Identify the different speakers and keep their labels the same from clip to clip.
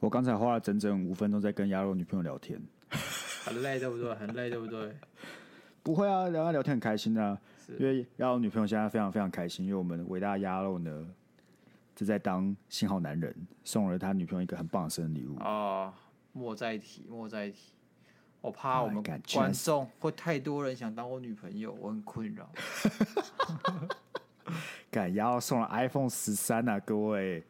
Speaker 1: 我刚才花了整整五分钟在跟鸭肉女朋友聊天。
Speaker 2: 很累，对不对？很累，对不对？
Speaker 1: 不会啊，聊聊天很开心的、啊，
Speaker 2: 是
Speaker 1: 因为鸭肉女朋友现在非常非常开心，因为我们伟大的鸭肉呢，正在当信号男人，送了他女朋友一个很棒的生日礼物。
Speaker 2: 哦，莫再提，莫再提。我怕
Speaker 1: Oh
Speaker 2: 我
Speaker 1: my
Speaker 2: 们
Speaker 1: God，
Speaker 2: 观众会太多人想当我女朋友，我很困扰。
Speaker 1: 干鸭肉送了 iPhone 十三啊，各位，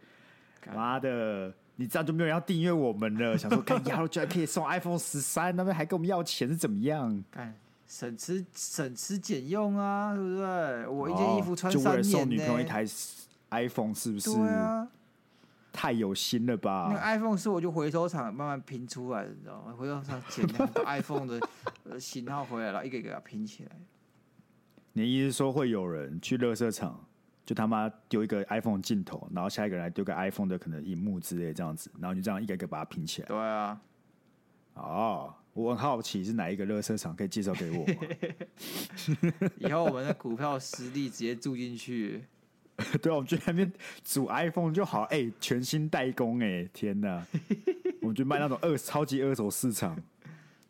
Speaker 1: 妈的！你这样就没有人要订阅我们了。想说，看鸭肉居然可以送 iPhone 十三，那边还跟我们要钱是怎么样？
Speaker 2: 干，省吃省吃俭用啊，对不对？我一件
Speaker 1: 哦
Speaker 2: 衣服穿
Speaker 1: 就为
Speaker 2: 三
Speaker 1: 了
Speaker 2: 年
Speaker 1: 送
Speaker 2: 呢、
Speaker 1: 女朋友一台 iPhone，是不是？啊
Speaker 2: 对啊，
Speaker 1: 太有心了吧？
Speaker 2: 那个 iPhone 是我就回收厂慢慢拼出来的，你知道吗？回收厂捡两个 iPhone 的呃型号回来，然后一个一个给它拼起 来。
Speaker 1: 你的意思是说会有人去垃圾场，就他妈丢一个 iPhone 镜头，然后下一个人来丢个 iPhone 的可能荧幕之类这样子，然后你就这样一个一个把它拼起来。
Speaker 2: 对啊，
Speaker 1: 哦，我很好奇是哪一个垃圾场，可以介绍给我吗？
Speaker 2: 以后我们的股票实力直接住进去。
Speaker 1: 对啊，我们去那边组 iPhone 就好，哎、全新代工、哎，天哪，我们就卖那种二超级二手市场。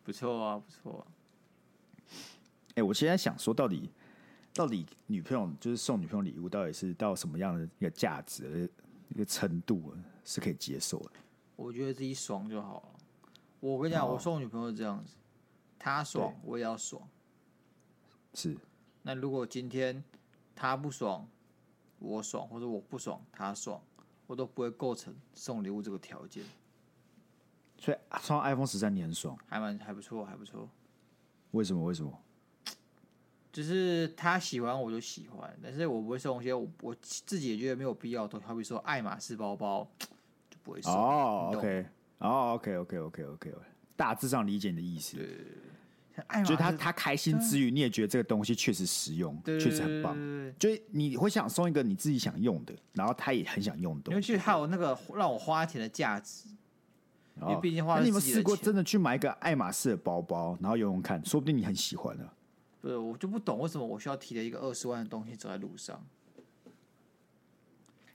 Speaker 2: 不错啊，不错、啊。
Speaker 1: 哎、我现在想说，到底到底女朋友就是送女朋友礼物，到底是到什么样的一个价值、一个程度是可以接受的？
Speaker 2: 我觉得自己爽就好了。我跟你讲，
Speaker 1: 哦
Speaker 2: 我送女朋友这样子，她爽我也要爽。
Speaker 1: 是
Speaker 2: 那如果今天她不爽，我爽，或者我不爽她爽，我都不会构成送礼物这个条件，
Speaker 1: 所以啊穿 iPhone 十三你很爽，
Speaker 2: 还蛮还不错，还不错。
Speaker 1: 为什么？为什么？
Speaker 2: 就是她喜欢我就喜欢，但是我不会送一些我我自己也觉得没有必要的东西，好比说爱马仕包包就不会送。
Speaker 1: 哦
Speaker 2: 你懂
Speaker 1: ，OK，哦，OK，OK，OK，OK，OK，大致上理解你的意思，
Speaker 2: 爱马
Speaker 1: 就是
Speaker 2: 仕
Speaker 1: 他他开心之余，你也觉得这个东西确实实用，
Speaker 2: 对
Speaker 1: 确实很棒
Speaker 2: 对。对对对
Speaker 1: 就是你会想送一个你自己想用的，然后他也很想用的
Speaker 2: 因
Speaker 1: 东
Speaker 2: 为
Speaker 1: 西。
Speaker 2: 去还有那个让我花钱的价值，
Speaker 1: 因
Speaker 2: 因为毕竟花了
Speaker 1: 那你们
Speaker 2: 自己的
Speaker 1: 试过
Speaker 2: 钱
Speaker 1: 真的去买一个爱马仕的包包，然后用用看，说不定你很喜欢呢、
Speaker 2: 对，我就不懂为什么我需要提着一个二十万的东西走在路上。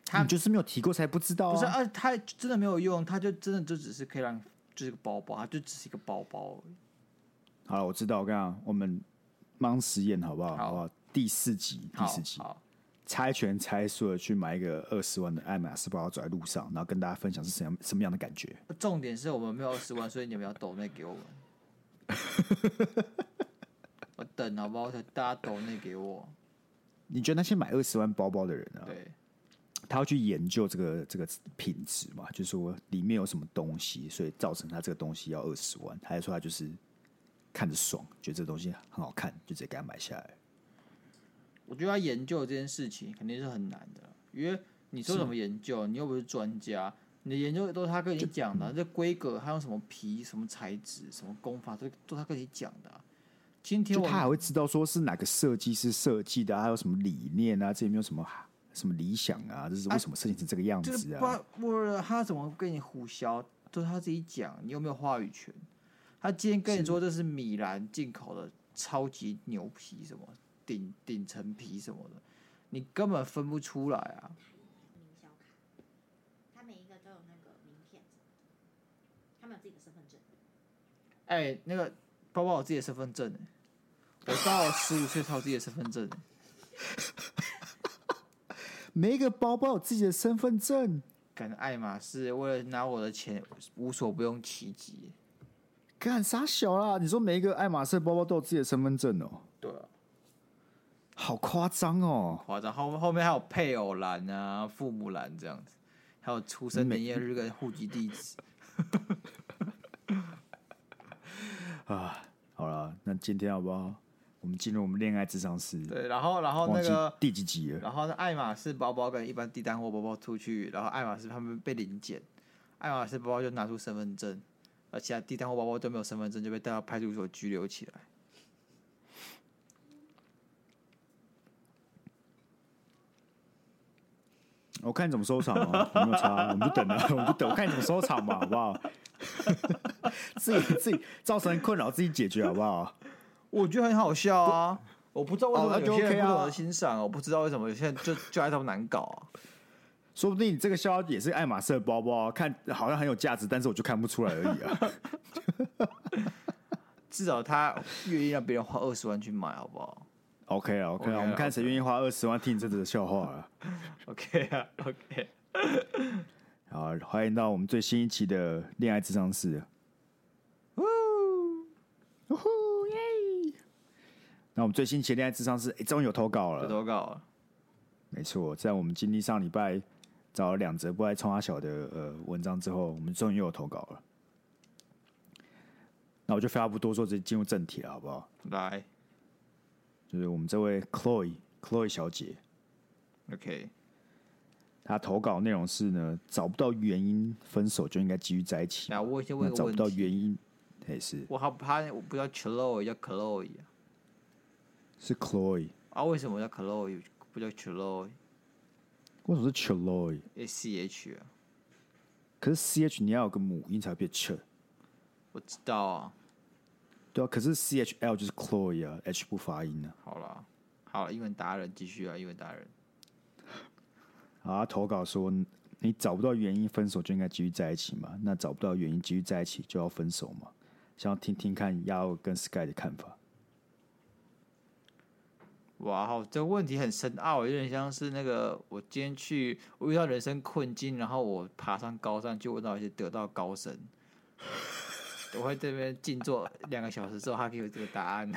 Speaker 2: 他
Speaker 1: 你就是没有提过才不知道、啊。
Speaker 2: 不是，而他真的没有用，他就真的就只是可以让，就是一个包包，它就只是一个包包而已。
Speaker 1: 好了，我知道。我跟你讲，我们忙实验好不好？
Speaker 2: 好
Speaker 1: 好不好？第四集，第
Speaker 2: 好
Speaker 1: 四集，
Speaker 2: 好，
Speaker 1: 猜拳猜输了去买一个二十万的爱马仕包包走在路上，然后跟大家分享是什么什么样的感觉。
Speaker 2: 重点是我们没有二十万，所以你们要抖内给我们。 我等好不好？大家抖内给我。
Speaker 1: 你觉得那些买二十万包包的人啊，
Speaker 2: 对，
Speaker 1: 他要去研究这个这个品质嘛？就是说里面有什么东西，所以造成他这个东西要二十万，还是说他就是看着爽，觉得这东西很好看，就直接给他买下来？
Speaker 2: 我觉得要研究这件事情肯定是很难的，因为你说怎么研究，你又不是专家，你的研究都是他跟你讲
Speaker 1: 嗯
Speaker 2: 的啊、这规格还有什么皮、什么材质、什么工法，都都他跟你讲的啊、今天
Speaker 1: 就
Speaker 2: 我
Speaker 1: 他还会知道说是哪个设计师设计的、啊，还有什么理念啊，这里面有什么什么理想啊，这是为什么设计成这个样
Speaker 2: 就是
Speaker 1: 子
Speaker 2: 不知
Speaker 1: 啊？
Speaker 2: 道为了他怎么跟你胡销，都是他自己讲，你有没有话语权？他今天跟你说这是米兰进口的超级牛皮什么顶顶层皮什么的，你根本分不出来啊！
Speaker 3: 名小卡，他每一个都有那个名片，他们有自己的身份证。
Speaker 2: 哎、那个包包我自己的身份证、欸，我到十五岁才有自己的身份证、欸，
Speaker 1: 每一个包包有自己的身份证，
Speaker 2: 感觉爱马仕为了拿我的钱无所不用其极、欸
Speaker 1: 干傻小啦！你说每一个爱马仕包包都有自己的身份证哦，
Speaker 2: 对啊，
Speaker 1: 好夸张哦！
Speaker 2: 夸张。后后面还有配偶栏啊、父母栏这样子，还有出生年月日跟户籍地址。
Speaker 1: 好了，那今天好不好？我们进入我们恋爱智商室，
Speaker 2: 对，然后然后
Speaker 1: 忘
Speaker 2: 那
Speaker 1: 记
Speaker 2: 个，
Speaker 1: 第几集了？
Speaker 2: 然后那爱马仕包包跟一般地单货包包出去，然后爱马仕他们被临检，爱马仕包包就拿出身份证，而其他地单货包包都没有身份证，就被带到派出所拘留起来。
Speaker 1: 啊 我看你怎么收场哦，有没有差？我们就等了，我们就等，我看你怎么收场嘛，好不好？ 自己自己造成困扰自己解决好不好？
Speaker 2: 我觉得很好笑啊！我不知道为什
Speaker 1: 哦
Speaker 2: 么
Speaker 1: 那就
Speaker 2: 有些
Speaker 1: OK
Speaker 2: 人
Speaker 1: 啊
Speaker 2: 不懂得欣赏，我不知道为什么有些人就 就爱他们难搞啊。
Speaker 1: 说不定你这个笑话也是爱马仕的包包啊，看好像很有价值，但是我就看不出来而已 啊。
Speaker 2: 至少他愿意让别人花二十万去买，好不好
Speaker 1: OK 啊 OK 啊，
Speaker 2: OK 啊
Speaker 1: 我们看谁愿意花二十万听你这则笑话了。
Speaker 2: ？OK 啊，OK。
Speaker 1: 好，欢迎到我们最新一期的恋爱智商室。呜呼耶！那我们最新一期的恋爱智商室，诶终于有投稿
Speaker 2: 有啊
Speaker 1: 了。
Speaker 2: 投稿了，
Speaker 1: 没错，在我们经历上礼拜找了两则不爱冲阿小的呃文章之后，我们终于又有投稿了。那我就废话不多说，直接进入正题了，好不好？
Speaker 2: 来
Speaker 1: 就是我们这位 Chloe Chloe 小姐，
Speaker 2: ，OK，
Speaker 1: 她投稿内容是呢，找不到原因分手就应该继续在一起，
Speaker 2: 来，我先
Speaker 1: 那
Speaker 2: 问个
Speaker 1: 找不
Speaker 2: 问
Speaker 1: 到
Speaker 2: 题，
Speaker 1: 原因，也是
Speaker 2: 我好怕我不叫 Chloe，叫 Chloe 啊，
Speaker 1: 是 Chloe，
Speaker 2: 啊，为什么叫 Chloe 不叫 Chloe？A
Speaker 1: 为什么是 Chloe？
Speaker 2: C H 啊，
Speaker 1: 可是 C H 你要有个母音才变 Ch，
Speaker 2: 我知道啊，
Speaker 1: 对啊，可是 C H L 就是 Chloe 啊，H 不发音啊。
Speaker 2: 好了，好了，英文达人继续啊，英文达人，
Speaker 1: 然后他啊投稿说：“你找不到原因分手就应该继续在一起嘛？那找不到原因继续在一起就要分手嘛？想要听听看亚欧跟 Sky 的看法。
Speaker 2: 哇，好，这个问题很深奥，有点像是那个我今天去，我遇到人生困境，然后我爬上高山，就问到一些得道高僧。我会这边静坐两个小时之后，他给我这个答案。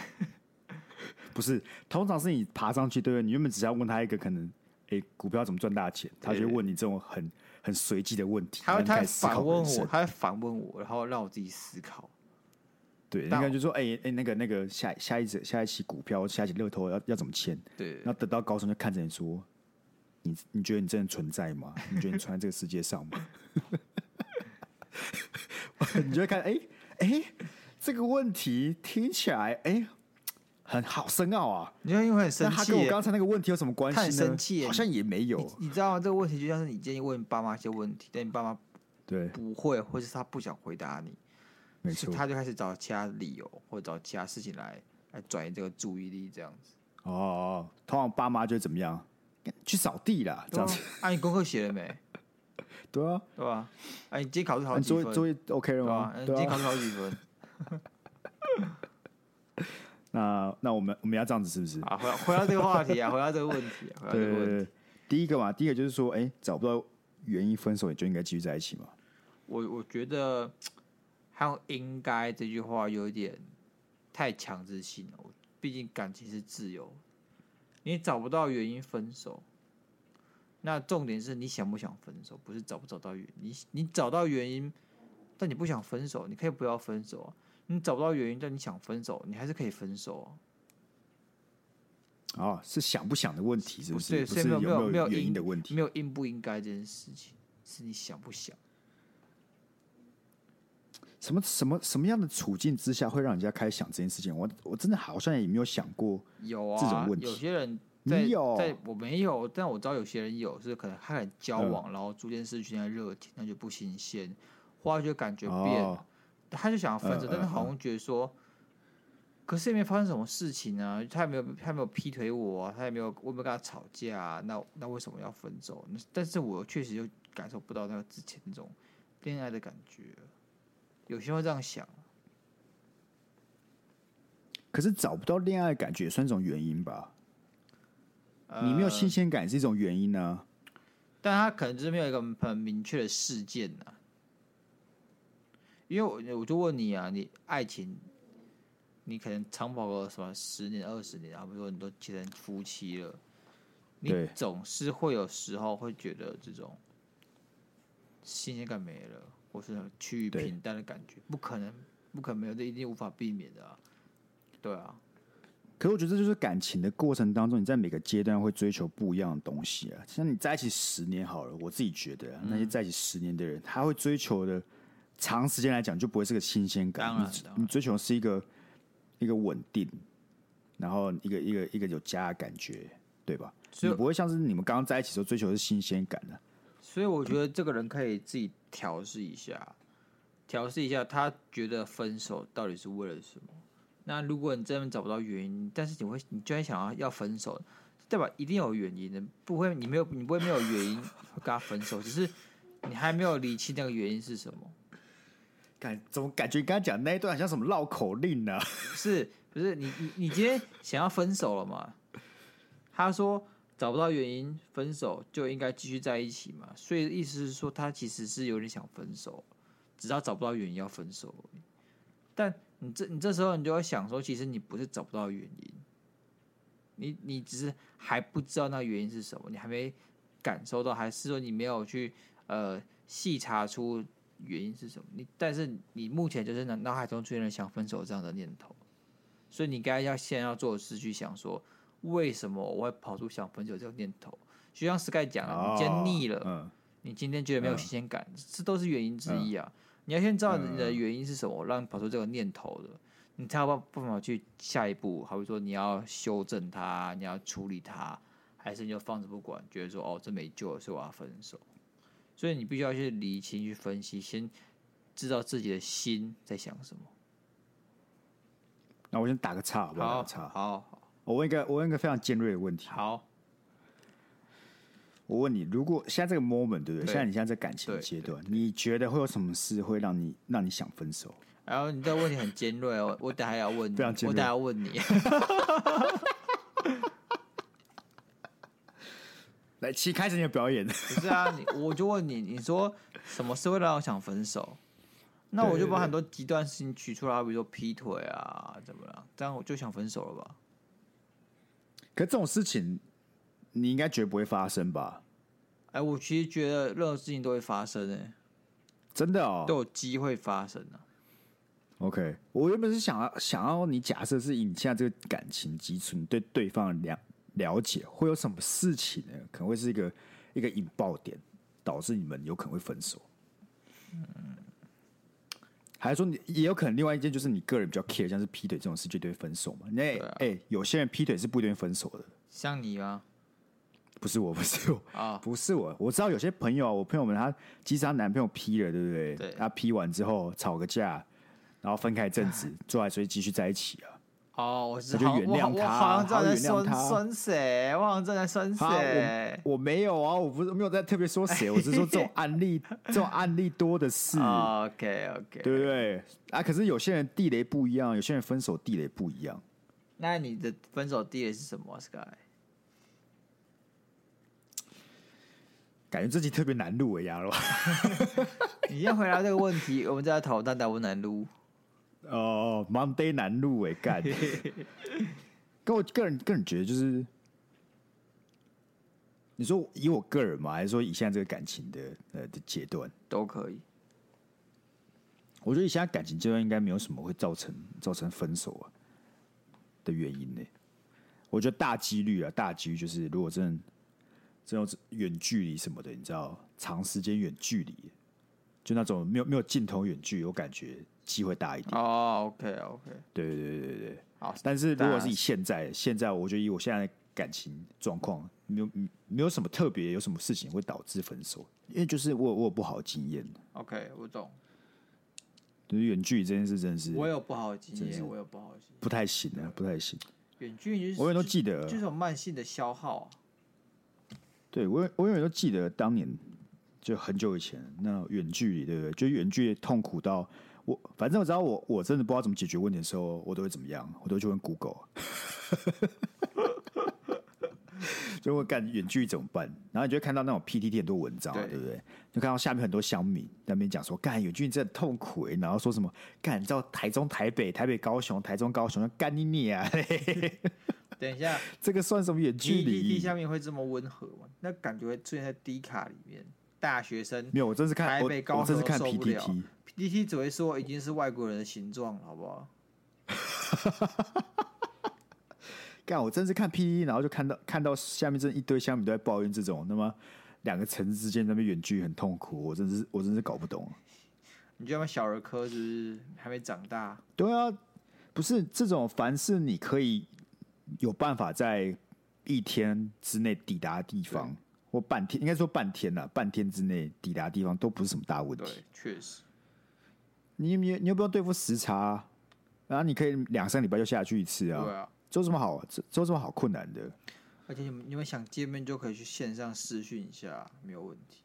Speaker 1: 不是，通常是你爬上去，对不对？你原本只要问他一个可能，诶，股票怎么赚大钱，他就会问你这种很很随机的问题，
Speaker 2: 他
Speaker 1: 让
Speaker 2: 会
Speaker 1: 你
Speaker 2: 他
Speaker 1: 开
Speaker 2: 会
Speaker 1: 始思考
Speaker 2: 反问
Speaker 1: 人
Speaker 2: 我，
Speaker 1: 生
Speaker 2: 他会反问我，然后让我自己思考。
Speaker 1: 对，你
Speaker 2: 但
Speaker 1: 可能就说：诶诶，那个那个下下一次下一期股票下一期乐透要要怎么签？
Speaker 2: 对，
Speaker 1: 那等到高中就看着你说：你你觉得你真的存在 吗？你觉得你存在这个世界上吗？ 你就会看，哎、哎、这个问题听起来，哎、很好深奥啊。
Speaker 2: 你就因为很
Speaker 1: 那
Speaker 2: 生
Speaker 1: 他
Speaker 2: 气
Speaker 1: 跟我
Speaker 2: 耶，
Speaker 1: 刚才那个问题有什么关
Speaker 2: 他很
Speaker 1: 系
Speaker 2: 生气耶
Speaker 1: 呢？好像也没有
Speaker 2: 你。你知道吗？这个问题就像是你今天问你爸妈一些问题，但你爸妈
Speaker 1: 对，
Speaker 2: 不会，或是他不想回答你，
Speaker 1: 没
Speaker 2: 所
Speaker 1: 错
Speaker 2: 以。他就开始找其他理由或者找其他事情来来转移这个注意力，这样子。
Speaker 1: 哦哦，通常爸妈就会怎么样？去扫地啦，这
Speaker 2: 对
Speaker 1: 样
Speaker 2: 啊
Speaker 1: 子。，
Speaker 2: 啊，你功课写了没？
Speaker 1: 对啊，
Speaker 2: 对吧？哎，你今天考试考
Speaker 1: 你
Speaker 2: 几
Speaker 1: 作
Speaker 2: 分
Speaker 1: 业？作业 OK 了
Speaker 2: 对
Speaker 1: 吗
Speaker 2: 吧？哎？你今
Speaker 1: 对
Speaker 2: 天考
Speaker 1: 啊。
Speaker 2: 试考几分？
Speaker 1: 那那我们我们要这样子是不是？
Speaker 2: 啊，回到回到这个话题啊，回到这个问题啊，回到这
Speaker 1: 对
Speaker 2: 个
Speaker 1: 对
Speaker 2: 问
Speaker 1: 对
Speaker 2: 题。
Speaker 1: 对，第一个嘛，第一个就是说，哎、找不到原因分手，你就应该继续在一起嘛。
Speaker 2: 我我觉得还有“应该”这句话有一点太强制性了。我毕竟感情是自由，你找不到原因分手，那重点是你想不想分手，不是找不找到原你你找到原因，但你不想分手，你可以不要分手啊。你找不到原因，但你想分手，你还是可以分手啊。
Speaker 1: 哦，是想不想的问题，是不是？
Speaker 2: 对，
Speaker 1: 不
Speaker 2: 所以
Speaker 1: 是
Speaker 2: 没有
Speaker 1: 有
Speaker 2: 有没有
Speaker 1: 原因
Speaker 2: 应
Speaker 1: 的问题。
Speaker 2: 没有应不应该这件事情，是你想不想。
Speaker 1: 什么什么什么样的处境之下会让人家开始想这件事情？我我真的好像也没有想过。
Speaker 2: 有
Speaker 1: 这种
Speaker 2: 啊，
Speaker 1: 问
Speaker 2: 有
Speaker 1: 题
Speaker 2: 些人在
Speaker 1: 你有
Speaker 2: 在我没有，但我知道有些人有，是可能他很交
Speaker 1: 嗯
Speaker 2: 往，然后逐渐失去那热情，那就不新鲜，或者就感觉变了，
Speaker 1: 哦，
Speaker 2: 他就想要分手，
Speaker 1: 嗯
Speaker 2: 但是
Speaker 1: 嗯
Speaker 2: 好像觉得说，可是也没发生什么事情啊，他也没有他也没有劈腿我、啊，他也没有我也没有跟他吵架、啊，那那为什么要分手？但是我确实又感受不到那个之前那种恋爱的感觉，有些人会这样想，
Speaker 1: 可是找不到恋爱的感觉也算一种原因吧？
Speaker 2: 呃
Speaker 1: 你没有新鲜感也是一种原因啊呢、
Speaker 2: 但他可能就是没有一个很明确的事件呐、因为我我就问你啊，你爱情，你可能长跑个什么十年二十年啊，比如说你都结成夫妻了，你
Speaker 1: 对
Speaker 2: 总是会有时候会觉得这种新鲜感没了，或是趋于
Speaker 1: 对
Speaker 2: 平淡的感觉，不可能不可能没有，这一定无法避免的啊。对啊，
Speaker 1: 可是我觉得这就是感情的过程当中，你在每个阶段会追求不一样的东西啊。像你在一起十年好了，我自己觉得、啊、
Speaker 2: 嗯
Speaker 1: 那些在一起十年的人，他会追求的长时间来讲就不会是个新鲜感
Speaker 2: 当，然
Speaker 1: 你
Speaker 2: 当然
Speaker 1: 你追求的是一个一个稳定，然后一个一个一个有家的感觉，对吧？
Speaker 2: 所以
Speaker 1: 你不会像是你们刚刚在一起的时候追求的是新鲜感的、啊
Speaker 2: 所以我觉得这个人可以自己调试一下。调试一下，他觉得分手到底是为了什么。那如果你真的找不到原因，但是你会，你居然想要要分手，代表一定有原因的，不会，你没有，你不会没有原因会跟他分手，只是你还没有理清那个原因是什么。
Speaker 1: 感怎么感觉你刚才讲那一段好像什么绕口令啊？
Speaker 2: 不是不是，你你你今天想要分手了嘛？他说找不到原因，分手就应该继续在一起嘛。所以意思是说，他其实是有点想分手，只是他找不到原因要分手而已。但你这你这时候你就会想说，其实你不是找不到原因，你你只是还不知道那原因是什么，你还没感受到，还是说你没有去呃细查出原因是什么？你但是你目前就是脑脑海中出现了想分手这样的念头，所以你该要先要做的是去想说，为什么我会跑出想分手这个念头？就像 Sky 讲了，你今天腻了，
Speaker 1: 哦嗯，
Speaker 2: 你今天觉得没有
Speaker 1: 嗯
Speaker 2: 新鲜感，这都是原因之一啊。你要先知道你的原因是什么，让你跑出这个念头的，你才有办办法去下一步。好比说你要修正它，你要处理它，还是你就放着不管，觉得说哦这没救了，所以我要分手。所以你必须要去理清、去分析，先知道自己的心在想什么。
Speaker 1: 那我先打个岔，好不好？
Speaker 2: 好，
Speaker 1: 打个岔。
Speaker 2: 好，好
Speaker 1: 我问一个，我问一个非常尖锐的问题。
Speaker 2: 好，
Speaker 1: 我问你，如果现在这个 moment，对不对？
Speaker 2: 对
Speaker 1: 现在你现在在感情
Speaker 2: 对
Speaker 1: 阶段，你觉得会有什么事会让你让你想分手？
Speaker 2: 然哎后你这个问题很尖锐哦，我等下要问 你，
Speaker 1: 非常
Speaker 2: 我
Speaker 1: 尖锐
Speaker 2: 等下要问你。
Speaker 1: 来，请开始你的表演。
Speaker 2: 不是啊，你我就问你，你说什么事会让我想分手？那我就把很多极端事情取出来，比如说劈腿啊，怎么了？这样我就想分手了吧？
Speaker 1: 可这种事情，你应该绝不会发生吧？
Speaker 2: 哎、我其实觉得任何事情都会发生、欸，
Speaker 1: 真的哦。
Speaker 2: 都有机会发生啊。
Speaker 1: OK，我原本是想要想要你假设是以你现在这个感情基础，你对对方的了了解会有什么事情呢？可能会是一个一个引爆点，导致你们有可能会分手。还是说你也有可能另外一件就是你个人比较 care，像是劈腿这种事就对分手嘛？那哎、
Speaker 2: 对啊
Speaker 1: 欸有些人劈腿是不一定会分手的，
Speaker 2: 像你吗？
Speaker 1: 不是我，不是我，
Speaker 2: 啊，
Speaker 1: 不是我，我知道有些朋友啊，我朋友们她即使她男朋友劈了，对不对？
Speaker 2: 对
Speaker 1: 她劈完之后吵个架，然后分开一阵子，做爱所以继续在一起啊。
Speaker 2: 哦，我是
Speaker 1: 我就
Speaker 2: 好，
Speaker 1: 原
Speaker 2: 我好
Speaker 1: 谅
Speaker 2: 我
Speaker 1: 他
Speaker 2: 好像知道你在
Speaker 1: 他原谅他
Speaker 2: 酸酸谁，我好像正在酸
Speaker 1: 啊，
Speaker 2: 谁。
Speaker 1: 我我没有啊，我不是没有在特别说谁，我是说这种案例，这种案例多的是，
Speaker 2: 哦 OK
Speaker 1: 嗯对
Speaker 2: OK，
Speaker 1: 不对？啊，可是有些人地雷不一样，有些人分手地雷不一样。
Speaker 2: 那你的分手地雷是什么，Sky？
Speaker 1: 感觉自己特别难入围啊呀了。
Speaker 2: 你先回答这个问题，我们再来讨论大家不难撸。
Speaker 1: 哦，Monday 难入围干。跟我个人个人觉得就是，你说以我个人嘛，还是说以现在这个感情的呃的阶段？
Speaker 2: 都可以。
Speaker 1: 我觉得以现在感情阶段应该没有什么会造成造成分手啊的原因呢、我觉得大几率啊，大几率就是如果真的真的有远距离什么的，你知道，长时间远距离，就那种没有没有尽头远距离，我感觉机会大一点。
Speaker 2: 哦，OK OK，
Speaker 1: 对对对对对。
Speaker 2: 好，
Speaker 1: 但是如果是以
Speaker 2: 那
Speaker 1: 现在，现在我觉得以我现在的感情状况，没有没有什么特别，有什么事情会导致分手，因为就是我有我有不好的经验，
Speaker 2: OK，我懂，
Speaker 1: 就是远距离这件事真的是
Speaker 2: 我有不好的经
Speaker 1: 真是
Speaker 2: 验，我有不好的经验。
Speaker 1: 不太行啊，不太行。
Speaker 2: 远距离就是
Speaker 1: 我永远都记得
Speaker 2: 就，就是有慢性的消耗啊、
Speaker 1: 对我我永远都记得当年就很久以前那远距离，对不对？就远距离痛苦到我，反正我知道我我真的不知道怎么解决问题的时候，我都会怎么样？我都会去问 Google，就问干远距离怎么办？然后你就会看到那种 PTT 很多文章啊，
Speaker 2: 对
Speaker 1: 对不对？就看到下面很多乡民在那边讲说，干远距离真的很痛苦欸然后说什么干，你知道台中、台北、台北、高雄、台中、高雄，干你你啊！嘿嘿嘿
Speaker 2: 等一下
Speaker 1: 这个算什么远 距
Speaker 2: d
Speaker 1: 离？
Speaker 2: D 下面会这么温和吗？那感觉会出现在 D 卡里面。大学生
Speaker 1: 没有，我真是看
Speaker 2: 台
Speaker 1: 我
Speaker 2: 北高
Speaker 1: 我真是
Speaker 2: 雄
Speaker 1: 看
Speaker 2: 受不了
Speaker 1: PTT。
Speaker 2: D T 只会说已经是外国人的形状了，好不好？
Speaker 1: 干，我真是看 PE，然后就看到看到下面这一堆乡民都在抱怨这种，那么两个城市之间那边远距离很痛苦，我真是我真是搞不懂。
Speaker 2: 你觉得他们小儿科是不是还没长大？
Speaker 1: 对啊，不是这种，凡是你可以有办法在一天之内抵达的地方，或半天，应该说半天了，半天之内抵达的地方都不是什么大问
Speaker 2: 对
Speaker 1: 题。，
Speaker 2: 确实。
Speaker 1: 你你你又不用对付时差、啊，然后你可以两三礼拜就下去一次
Speaker 2: 对
Speaker 1: 啊，
Speaker 2: 啊，
Speaker 1: 这有什么好这这有什么好困难的？
Speaker 2: 而且你们你们想见面就可以去线上视讯一下，没有问题。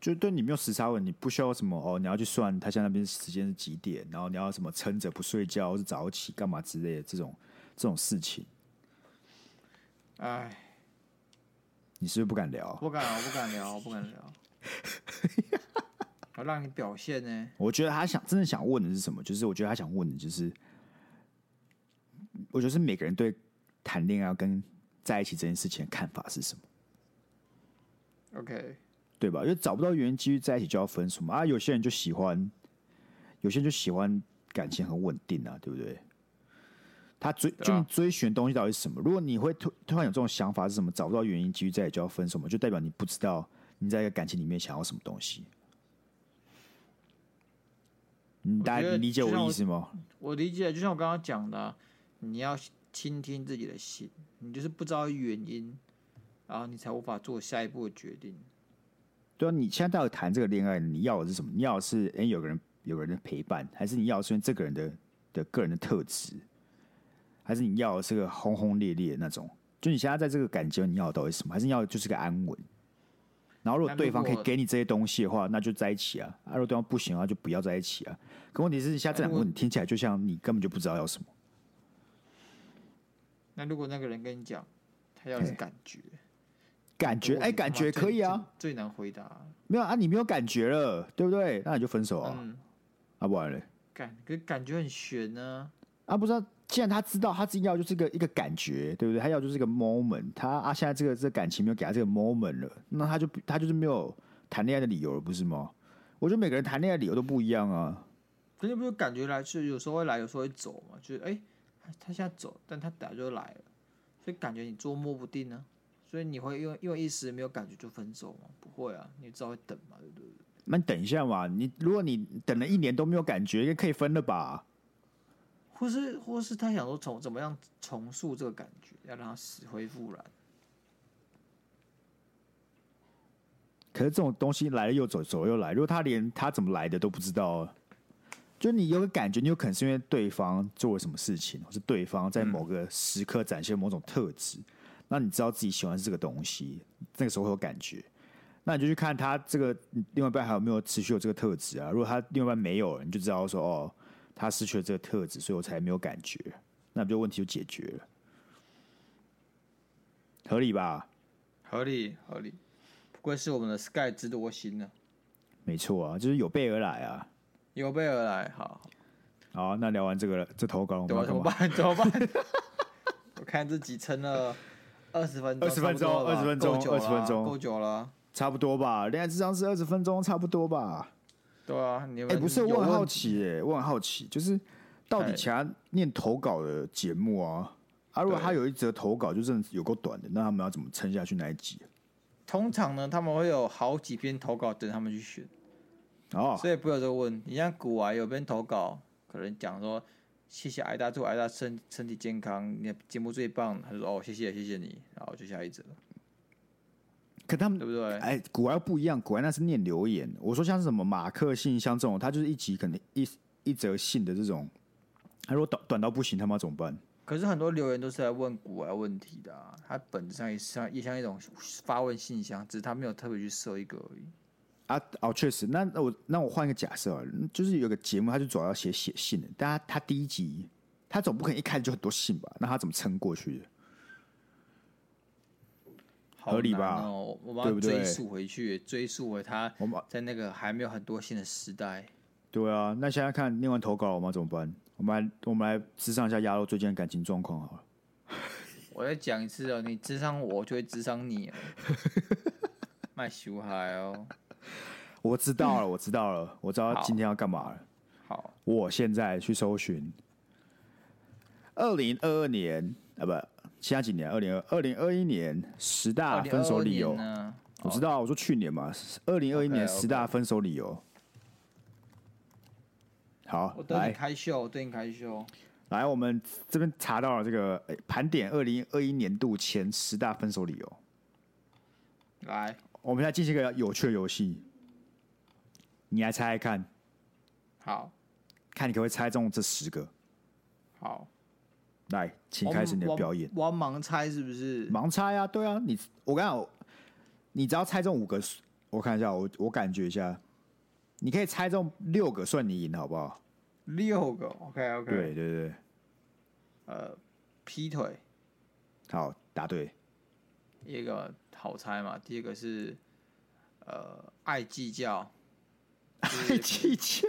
Speaker 1: 就对你没有时差问题，你不需要什么哦，你要去算他现在那边时间是几点，然后你要什么撑着不睡觉，或是早起干嘛之类的这种这种事情，
Speaker 2: 哎，
Speaker 1: 你是不是不敢聊？
Speaker 2: 不敢啊，我不敢聊，我不敢 聊。我让你表现呢，
Speaker 1: 我觉得他想真的想问的是什么？就是我觉得他想问的就是，我觉得是每个人对谈恋爱跟在一起这件事情的看法是什么，
Speaker 2: OK，
Speaker 1: 对吧？因为找不到原因继续在一起就要分手嘛。啊，有些人就喜欢，有些人就喜欢感情很稳定啊，对不对？他追
Speaker 2: 对
Speaker 1: 就
Speaker 2: 啊
Speaker 1: 你追寻的东西到底是什么？如果你会突突然有这种想法是什么，找不到原因继续在一起就要分手嘛，就代表你不知道你在一个感情里面想要什么东西。你嗯大
Speaker 2: 我觉
Speaker 1: 家
Speaker 2: 得
Speaker 1: 理解
Speaker 2: 就
Speaker 1: 我
Speaker 2: 像
Speaker 1: 意
Speaker 2: 我
Speaker 1: 思吗？
Speaker 2: 我理解，就像我刚刚讲的啊，你要倾听自己的心，你就是不知道原因，然后你才无法做下一步的决定。
Speaker 1: 对啊，你现在到底谈这个恋爱，你要的是什么？你要的是哎、诶有个人有个人的陪伴，还是你要的是这个人的的个人的特质，还是你要的是个轰轰烈烈的那种？就你现在在这个感情，你要的到底是什么？还是你要的就是个安稳？然后如果
Speaker 2: 那如
Speaker 1: 对方可以
Speaker 2: 果
Speaker 1: 给你这些东西的话，那就在一起啊；啊，如果对方不行的话，就不要在一起啊。可问题是，现在这两
Speaker 2: 如
Speaker 1: 个
Speaker 2: 果
Speaker 1: 问题听起来就像你根本就不知道要什么。
Speaker 2: 那如果那个人跟你讲，他要的是
Speaker 1: 嘿
Speaker 2: 感觉，
Speaker 1: 感觉
Speaker 2: 我
Speaker 1: 哎、
Speaker 2: 他妈
Speaker 1: 感觉
Speaker 2: 最
Speaker 1: 可以啊，，
Speaker 2: 最最难回答。
Speaker 1: 没有啊，你没有感觉了，对不对？那你就分手啊，
Speaker 2: 嗯，
Speaker 1: 啊，不然嘞。
Speaker 2: 感可是感觉很悬呢、
Speaker 1: 啊，不知道，既然他知道他自己要就是一个一个感觉，对不对？他要就是一个 moment，他啊现在这个这个感情没有给他这个 moment 了，那他就不他就是没有谈恋爱的理由了，不是吗？我觉得每个人谈恋爱的理由都不一样啊。
Speaker 2: 可是不是感觉来是有时候会来，有时候会走嘛，就是哎、他他现在走，但他等下就来了，所以感觉你捉摸不定呢、所以你会因为因为一时没有感觉就分手吗？不会啊，你至少会等嘛，对不对？
Speaker 1: 那你等一下嘛，你如果你等了一年都没有感觉，也可以分了吧？
Speaker 2: 或是或是他想说重怎么样重塑这个感觉，要让他死灰复燃。
Speaker 1: 可是这种东西来了又走，走了又来，如果他连他怎么来的都不知道、就你有个感觉，你有可能是因为对方做了什么事情，或是对方在某个时刻展现某种特质，那你知道自己喜欢这个东西，那个时候会有感觉，那你就去看他这个另外一半还有没有持续有这个特质啊？如果他另外一半没有了，你就知道说哦，他失去了这个特质，所以我才没有感觉，那不就问题就解决了，合理吧？
Speaker 2: 合理合理，不愧是我们的 Sky 之多星啊呢、
Speaker 1: 没错啊，就是有备而来啊。
Speaker 2: 有备而来。好，
Speaker 1: 好，那聊完这个了，这投稿我
Speaker 2: 对
Speaker 1: 们
Speaker 2: 吧？
Speaker 1: 要
Speaker 2: 怎
Speaker 1: 干嘛？
Speaker 2: 么办？怎么办？ 我看这集撑了二十分钟，
Speaker 1: 20分钟
Speaker 2: 差不多了吧
Speaker 1: 20分钟
Speaker 2: 够久了啊
Speaker 1: 20分钟
Speaker 2: 够久了。啊
Speaker 1: 差不多吧，恋爱智商是二十分钟，差不多吧？
Speaker 2: 对啊，你们
Speaker 1: 哎、不是，
Speaker 2: 有
Speaker 1: 我很
Speaker 2: 问
Speaker 1: 好奇、哎，我很好奇，就是到底
Speaker 2: 哎
Speaker 1: 其他念投稿的节目啊，啊，如果
Speaker 2: 对
Speaker 1: 他有一则投稿就真的有够短的，那他们要怎么撑下去那一集？
Speaker 2: 通常呢，他们会有好几篇投稿等他们去选，
Speaker 1: 哦，
Speaker 2: 所以不要再问。你像古玩有篇投稿，可能讲说谢谢挨大祝挨大身身体健康，你的节目最棒。他就说哦，谢谢谢谢你，然后就下一则，
Speaker 1: 可他
Speaker 2: 对
Speaker 1: 们
Speaker 2: 不对？
Speaker 1: 哎，古玩不一样，古玩那是念留言。我说像是什么马克信箱这种，他就是一集可能一一则信的这种，他如果短短到不行，他们要怎么办？
Speaker 2: 可是很多留言都是来问古玩问题的、啊，它本质上也像也像一种发问信箱，只是他没有特别去设一个而已。
Speaker 1: 啊哦，确实。那那我那我换一个假设啊，就是有个节目，他就主要写写信的，但他他第一集，他总不可能一开始就很多信吧？那他怎么撑过去的？
Speaker 2: 好
Speaker 1: 合理吧
Speaker 2: 难哦，我们
Speaker 1: 对
Speaker 2: 要
Speaker 1: 不对
Speaker 2: 追溯回去，追溯回他
Speaker 1: 我们
Speaker 2: 在那个还没有很多新的时代。
Speaker 1: 对啊，那现在看念完投稿，我们要怎么办？我们来我们来咨商一下鸭肉最近的感情状况好了。
Speaker 2: 我再讲一次哦，你智商我，我就会智 商你哦。卖熊孩哦，
Speaker 1: 我知道了，我知道了，我知道
Speaker 2: 好
Speaker 1: 今天要干嘛了。
Speaker 2: 好，
Speaker 1: 我现在去搜寻二零二二年啊，不，现在几年？二零二二零二一年十大分手理由
Speaker 2: 2022。年呢？哦
Speaker 1: 我知道啊，我说去年嘛，二零二一年
Speaker 2: OK，OK
Speaker 1: 十大分手理由。好
Speaker 2: 我，对你
Speaker 1: 来
Speaker 2: 开秀，我对你开秀。
Speaker 1: 来，我们这边查到了这个诶盘点二零二一年度前十大分手理由。
Speaker 2: 来，
Speaker 1: 我们来进行一个有趣的游戏，你来猜猜看，
Speaker 2: 好
Speaker 1: 看你可不可以猜中这十个。
Speaker 2: 好，
Speaker 1: 来，请开始你的表演。
Speaker 2: 我要盲猜是不是？
Speaker 1: 盲猜啊，对啊，你我刚好，你只要猜中五个，我看一下，我我感觉一下，你可以猜中六个，算你赢，好不好？
Speaker 2: 六个，OK OK，
Speaker 1: 对对对，
Speaker 2: 呃，劈腿
Speaker 1: 好，答对，
Speaker 2: 一个好猜嘛，第一个是呃爱计较， 就是
Speaker 1: 太计较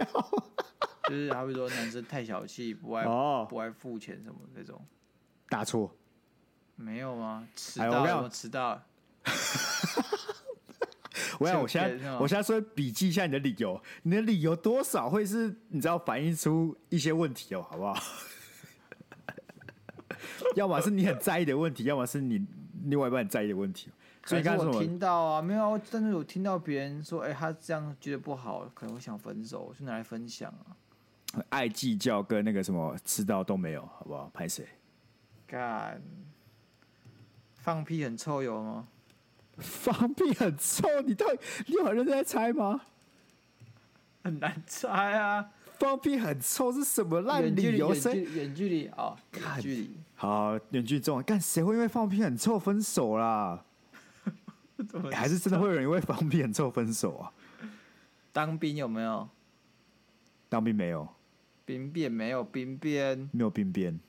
Speaker 2: 就是好比说男生太小气，不爱、
Speaker 1: 哦，
Speaker 2: 不爱付钱什么那种，
Speaker 1: 答错，
Speaker 2: 没有吗？迟
Speaker 1: 哎
Speaker 2: 到
Speaker 1: 我跟你
Speaker 2: 了，
Speaker 1: 讲
Speaker 2: 我迟到了，
Speaker 1: 我想
Speaker 2: 就
Speaker 1: 我现
Speaker 2: 别人
Speaker 1: 在
Speaker 2: 哦
Speaker 1: 我现在说笔记一下你的理由，你的理由多少会是你知道反映出一些问题哦，好不好？ 要么是你很在意的问题，要么是你另外一半很在意的问题。所以你
Speaker 2: 可
Speaker 1: 刚
Speaker 2: 是
Speaker 1: 才说
Speaker 2: 我
Speaker 1: 什么？
Speaker 2: 听到啊，没有啊，但是我听到别人说，哎、他这样觉得不好，可能会想分手，我就拿来分享啊。
Speaker 1: 爱计较跟那个什么吃到都没有，好不好？拍谁？
Speaker 2: 干，放屁很臭油吗？
Speaker 1: 放屁很臭，你到底你有很认真在猜吗？
Speaker 2: 很难猜啊，
Speaker 1: 放屁很臭是什么烂
Speaker 2: 远距
Speaker 1: 理
Speaker 2: 离，
Speaker 1: 由？
Speaker 2: 远距
Speaker 1: 谁？
Speaker 2: 离远距离啊，远
Speaker 1: 干
Speaker 2: 距离。
Speaker 1: 好，远距中干谁会因为放屁很臭分手啦？
Speaker 2: 怎么
Speaker 1: 还是真的会有人因为放屁很臭分手啊？
Speaker 2: 当兵有没有？
Speaker 1: 当兵没有，
Speaker 2: 兵变没有兵变，
Speaker 1: 没有兵变，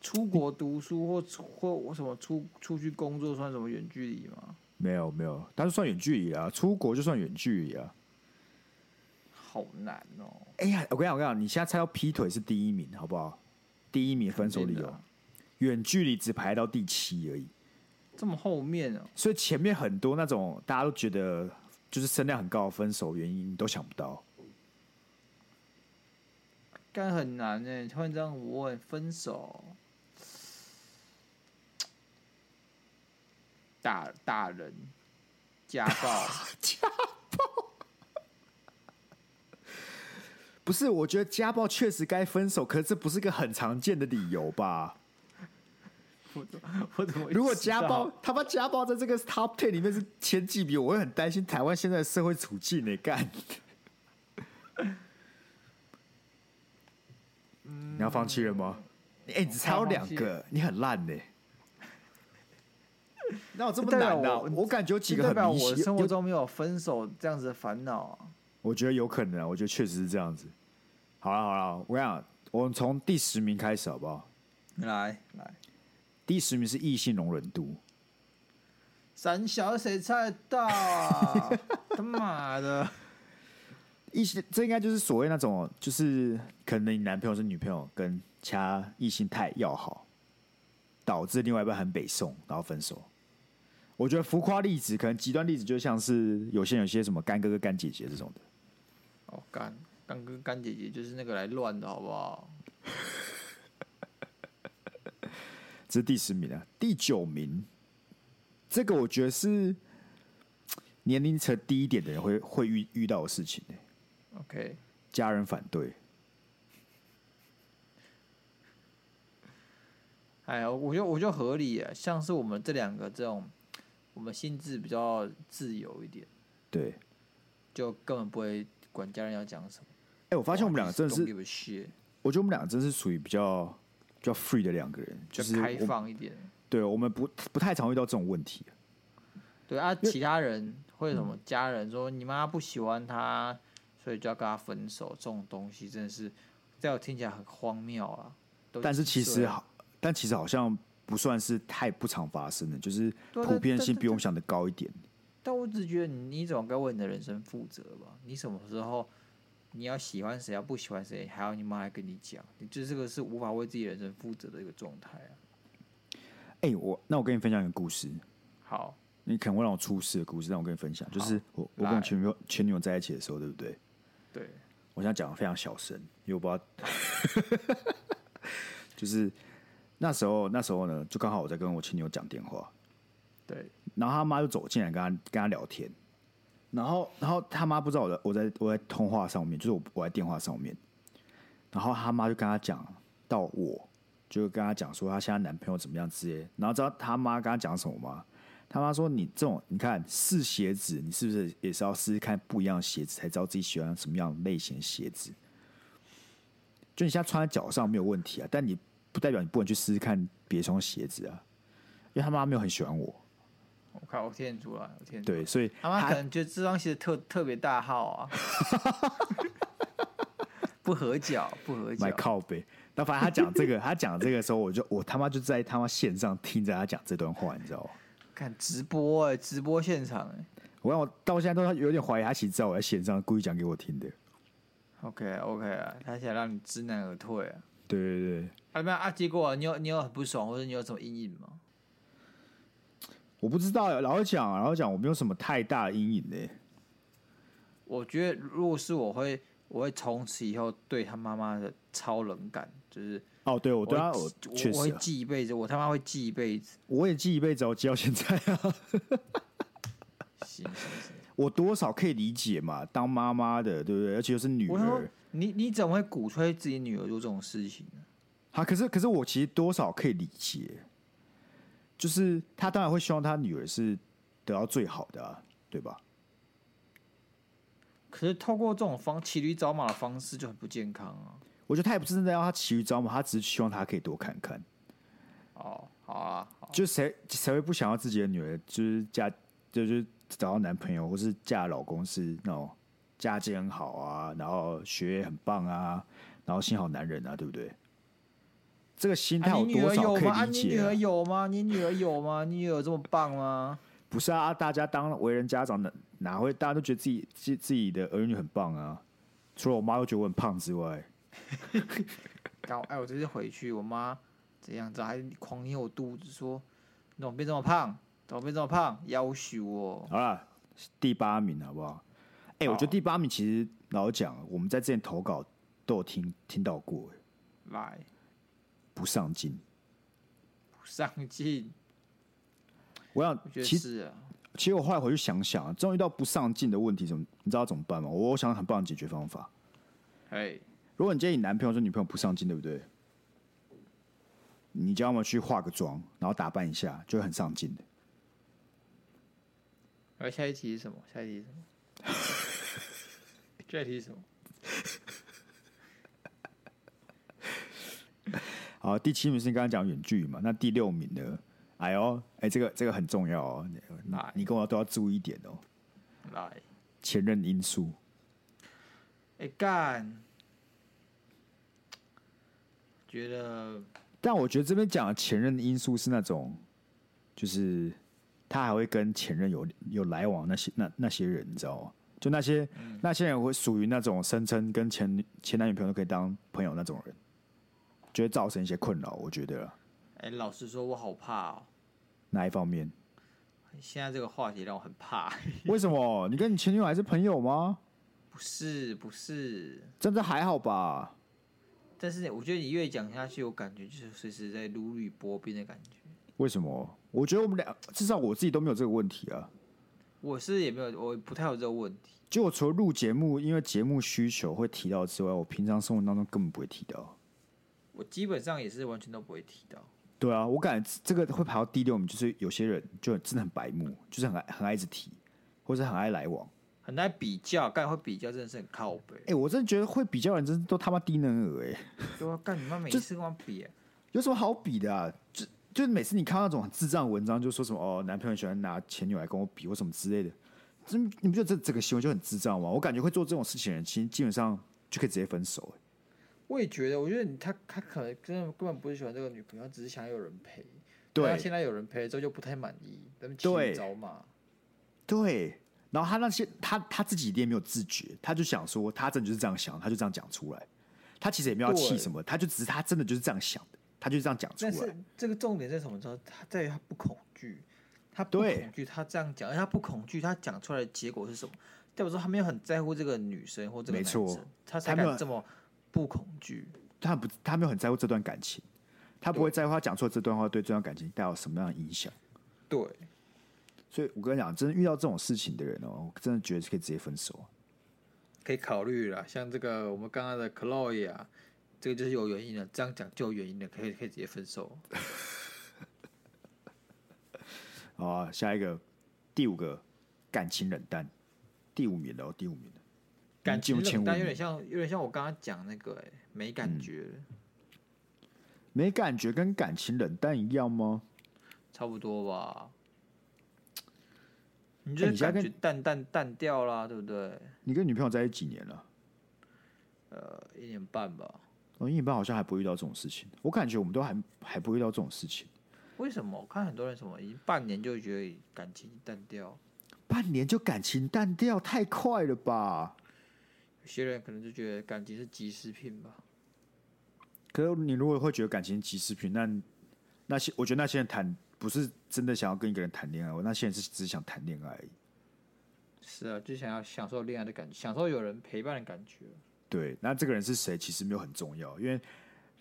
Speaker 2: 出国读书或出或什么出出去工作算什么远距离吗？
Speaker 1: 没有没有，但是算远距离啊，出国就算远距离啊。
Speaker 2: 好难哦。
Speaker 1: 哎呀，我跟你讲，我跟你讲，你现在猜到劈腿是第一名，好不好？第一名分手理
Speaker 2: 肯定的
Speaker 1: 由
Speaker 2: 啊，
Speaker 1: 远距离只排到第七而已。
Speaker 2: 这么后面哦，
Speaker 1: 所以前面很多那种大家都觉得就是声量很高的分手原因，你都想不到。
Speaker 2: 干很难哎。突然这样问分手，打打人，家暴，
Speaker 1: 不是，我觉得家暴确实该分手，可是这不是个很常见的理由吧？
Speaker 2: 我怎么 我怎么会
Speaker 1: 如果
Speaker 2: 知道
Speaker 1: 家暴，他妈家暴在这个 top ten 里面是前几名，我会很担心台湾现在的社会处境呢、干，
Speaker 2: 嗯
Speaker 1: 你要放弃了吗？
Speaker 2: 嗯
Speaker 1: 哎、你只猜到两个，你很烂 呢、哪有这么
Speaker 2: 代表
Speaker 1: 难的啊、
Speaker 2: 我
Speaker 1: 我感觉有几个
Speaker 2: 就代
Speaker 1: 很
Speaker 2: 表
Speaker 1: 明
Speaker 2: 我
Speaker 1: 显，
Speaker 2: 生
Speaker 1: 有
Speaker 2: 活中没有分手这样子的烦恼啊。
Speaker 1: 我觉得有可能啊，我觉得确实是这样子。好了好了，我跟你讲，我们从第十名开始好不好？
Speaker 2: 来来，
Speaker 1: 第十名是异性容忍度，
Speaker 2: 三小谁猜得到 啊？他妈的！
Speaker 1: 异性这应该就是所谓那种，就是可能你男朋友是女朋友跟其他异性太要好，导致另外一半很北宋，然后分手。我觉得浮夸例子，可能极端例子，就像是有些有些什么干哥哥干姐姐这种的，
Speaker 2: 哦，干干哥干姐姐就是那个来乱的好不好？
Speaker 1: 这是第十名啊，第九名，这个我觉得是年龄层低一点的人会会遇遇到的事情、欸
Speaker 2: OK，
Speaker 1: 家人反对，
Speaker 2: 哎呀，我觉得我觉得合理耶，像是我们这两个这种，我们心智比较自由一点，
Speaker 1: 对。
Speaker 2: 就根本不会管家人要讲什么。
Speaker 1: 哎、我发现我们两个真的是，
Speaker 2: 有些
Speaker 1: 我觉得我们两个真是属于比较比较 free 的两个人，
Speaker 2: 就
Speaker 1: 就是
Speaker 2: 开
Speaker 1: 我
Speaker 2: 放一点。
Speaker 1: 对我们不不太常遇到这种问题。
Speaker 2: 对啊，其他人会什么
Speaker 1: 嗯
Speaker 2: 家人说你妈不喜欢他，所以就要跟他分手，这种东西真的是在我听起来很荒谬啊。都啊
Speaker 1: 但是其
Speaker 2: 几岁
Speaker 1: 实
Speaker 2: 了
Speaker 1: 好，但其实好像不算是太不常发生的，就是
Speaker 2: 对啊
Speaker 1: 普遍
Speaker 2: 但
Speaker 1: 性
Speaker 2: 但
Speaker 1: 比我们想的高一点。
Speaker 2: 但我只觉得你你总该为你的人生负责吧？你什么时候你要喜欢谁，要不喜欢谁，还要你妈来跟你讲，你这这个是无法为自己人生负责的一个状态啊。
Speaker 1: 哎、我那我跟你分享一个故事，
Speaker 2: 好，
Speaker 1: 你可能会让我出事的故事，让我跟你分享，就是我我跟
Speaker 2: 来
Speaker 1: 我前女友前女友在一起的时候，对不对？
Speaker 2: 对，
Speaker 1: 我现在讲的非常小声，因为我不知道， 就是那时候那时候呢，就刚好我在跟我前女友讲电话，
Speaker 2: 对，
Speaker 1: 然后他妈就走进来跟他跟他聊天，然后然后他妈不知道我在我在我在通话上面，就是我我在电话上面，然后他妈就跟他讲到我，就跟他讲说她现在男朋友怎么样之类的，然后知道他妈跟他讲什么吗？他妈说你这种，你看试鞋子，你是不是也是要试试看不一样的鞋子，才知道自己喜欢什么样类型的鞋子？就你现在穿在脚上没有问题啊，但你不代表你不能去试试看别双鞋子啊，因为他妈没有很喜欢我，
Speaker 2: 我靠，我听得出来，我听得出来。
Speaker 1: 对，所以
Speaker 2: 他妈可
Speaker 1: 他
Speaker 2: 能觉得这双鞋特特别大 号啊，不合脚，不合脚
Speaker 1: 买。靠背。那反正他讲这个，他讲这个时候，我就我他妈就在他妈线上听着他讲这段话，你知道吗？
Speaker 2: 看直播哎、直播现场哎、
Speaker 1: 我让我到现在都有点怀疑，他其实知道我在线上故意讲给我听的。
Speaker 2: OK OK 啊，他想让你知难而退啊。
Speaker 1: 对对对，
Speaker 2: 啊没有啊，结果你有你有很不爽，或者你有什么阴影吗？
Speaker 1: 我不知道，老实讲，老实讲，我没有什么太大的阴影呢、
Speaker 2: 我觉得如果是我会，我会从此以后对他妈妈的超冷感，就是
Speaker 1: 哦，对，我对他，
Speaker 2: 会
Speaker 1: 我
Speaker 2: 记
Speaker 1: 确
Speaker 2: 我我会
Speaker 1: 实啊，
Speaker 2: 记一辈子，我他妈会记一辈子。
Speaker 1: 我也记一辈子，我记到现在啊。
Speaker 2: 行行行，
Speaker 1: 我多少可以理解嘛，当妈妈的，对不对？而且又是女
Speaker 2: 我说
Speaker 1: 儿，
Speaker 2: 你你怎么会鼓吹自己女儿做这种事情呢？
Speaker 1: 她可是可是我其实多少可以理解，就是她当然会希望她女儿是得到最好的、啊，对吧？
Speaker 2: 可是透过这种方骑驴找马的方式就很不健康啊。
Speaker 1: 我觉得她也不是真的要她骑驴找马，她只是希望她可以多看看。
Speaker 2: 哦，好啊，好
Speaker 1: 就谁谁会不想要自己的女儿就是嫁就是找到男朋友或是嫁老公是那种家境很好啊，然后学业很棒啊，然后性好男人啊，对不对？这个心态
Speaker 2: 啊
Speaker 1: 我
Speaker 2: 你女
Speaker 1: 多
Speaker 2: 儿
Speaker 1: 少
Speaker 2: 有
Speaker 1: 可
Speaker 2: 吗？啊
Speaker 1: 以理
Speaker 2: 你女
Speaker 1: 解、
Speaker 2: 儿有吗？你女儿有吗？你女儿有这么棒吗？
Speaker 1: 不是啊，大家当为人家长的哪会大家都觉得自己自自己的儿女很棒啊？除了我妈都觉得我很胖之外，
Speaker 2: 搞哎，我这次回去，我妈怎样子还狂捏我肚子说，你怎么变这么胖？怎么变这么胖？要求哦。
Speaker 1: 好啦，第八名好不好？哎、我觉得
Speaker 2: 好
Speaker 1: 第八名其实老实讲，我们在之前投稿都有听听到过、哎
Speaker 2: 来
Speaker 1: 不上进。
Speaker 2: 不上进，
Speaker 1: 我想
Speaker 2: 我，觉得
Speaker 1: 其实
Speaker 2: 是啊。
Speaker 1: 其实我后来回去想想、啊，终于遇到不上进的问题，怎么你知道怎么办吗？我想到很棒的解决方法。
Speaker 2: 哎，
Speaker 1: 如果你今天你男朋友说女朋友不上进，对不对？你就要么去化个妆，然后打扮一下，就会很上进的。
Speaker 2: 而哎下一题是什么？下一题是什么？ 下一题是什么？
Speaker 1: 好，第七名是你刚刚讲远距离嘛？那第六名呢？哎呦，哎，这个这个很重要哦，你你
Speaker 2: 来
Speaker 1: 你跟我都要注意一点哦。
Speaker 2: 来，
Speaker 1: 前任因素，
Speaker 2: 哎干，觉得
Speaker 1: 但我觉得这边讲的前任因素是那种，就是他还会跟前任有有来往那些那那些人，你知道吗？就那些、那些人会属于那种声称跟前女前男女朋友都可以当朋友那种人，就会造成一些困扰。我觉得啦
Speaker 2: 哎，老实说，我好怕哦。
Speaker 1: 哪一方面？
Speaker 2: 现在这个话题让我很怕。
Speaker 1: 为什么你跟你前女友还是朋友吗？
Speaker 2: 不是不是，
Speaker 1: 真的还好吧？
Speaker 2: 但是我觉得你越讲下去，我感觉就是随时在如履薄冰的感觉。
Speaker 1: 为什么？我觉得我们俩至少我自己都没有这个问题啊。
Speaker 2: 我是也没有，我不太有这个问题。
Speaker 1: 就我除了录节目，因为节目需求会提到之外，我平常生活当中根本不会提到。
Speaker 2: 我基本上也是完全都不会提到。
Speaker 1: 对啊，我感觉这个会排到第六名，就是有些人就真的很白目，就是很爱很爱一直提，或是很爱来往。
Speaker 2: 很难比较，干会比较真的是很靠北。
Speaker 1: 哎、我真的觉得会比较的人真是都他妈低能儿哎、
Speaker 2: 对啊，干你妈每一次跟我比、啊
Speaker 1: 有什么好比的啊？就就每次你看到那种很智障的文章，就说什么哦，男朋友喜欢拿前女友来跟我比或什么之类的，这你不觉得这整个行为就很智障吗？我感觉会做这种事情的人，其实基本上就可以直接分手、欸。
Speaker 2: 我也觉得，我觉得你他他可能真的根本不是喜欢这个女朋友，他只是想有人陪。但他
Speaker 1: 对
Speaker 2: 现在有人陪之后就不太满意，咱们骑驴
Speaker 1: 对
Speaker 2: 找马。
Speaker 1: 对，然后他那些他他自己一定也没有自觉，他就想说他真的就是这样想，他就这样讲出来，他其实也没有要气
Speaker 2: 对
Speaker 1: 什么，他就只是他真的就是这样想的，他就这样讲出
Speaker 2: 但是
Speaker 1: 来。
Speaker 2: 这个重点在什么？知道他在于他不恐惧，他不
Speaker 1: 对
Speaker 2: 恐惧，他这样讲，而且他不恐惧，他讲出来的结果是什么？代表说他没有很在乎这个女生或这个
Speaker 1: 没
Speaker 2: 男
Speaker 1: 错
Speaker 2: 生，他才
Speaker 1: 他没有
Speaker 2: 敢这么不恐惧。
Speaker 1: 他不他没有很在乎这段感情，他不会在乎他讲出的这段话对这段感情带有什么样的影响。
Speaker 2: 对，
Speaker 1: 所以我跟你讲，真的遇到这种事情的人哦，我真的觉得是可以直接分手。
Speaker 2: 可以考虑啦。像这个我们刚刚的 Chloe 啊，这个就是有原因的，这样讲就有原因的，可以可以直接分手。
Speaker 1: 好啊，下一个第五个感情冷淡，第五名了哦，第五名了，
Speaker 2: 感
Speaker 1: 进入
Speaker 2: 情
Speaker 1: 前
Speaker 2: 冷
Speaker 1: 五
Speaker 2: 淡有
Speaker 1: 名
Speaker 2: 点，像，有点像我刚刚讲那个、欸，没感
Speaker 1: 嗯
Speaker 2: 觉了，
Speaker 1: 没感觉跟感情冷淡一样吗？
Speaker 2: 差不多吧。你
Speaker 1: 哎
Speaker 2: 就
Speaker 1: 你
Speaker 2: 是
Speaker 1: 现在
Speaker 2: 感
Speaker 1: 跟
Speaker 2: 觉淡淡淡掉啦，对不对？
Speaker 1: 你跟女朋友在一起几年了？
Speaker 2: 呃，一年半吧。
Speaker 1: 哦，一般好像还不会遇到这种事情，我感觉我们都还还不会遇到这种事情，
Speaker 2: 为什么？我看很多人什么，一半年就觉得感情淡掉，
Speaker 1: 半年就感情淡掉，太快了吧？
Speaker 2: 有些人可能就觉得感情是即食品吧。
Speaker 1: 可是你如果会觉得感情即视频，那那些我觉得那些人谈不是真的想要跟一个人谈恋爱，我那些人是只想谈恋爱而已。
Speaker 2: 是啊，就想要享受恋爱的感觉，享受有人陪伴的感觉。
Speaker 1: 对，那这个人是谁其实没有很重要，因为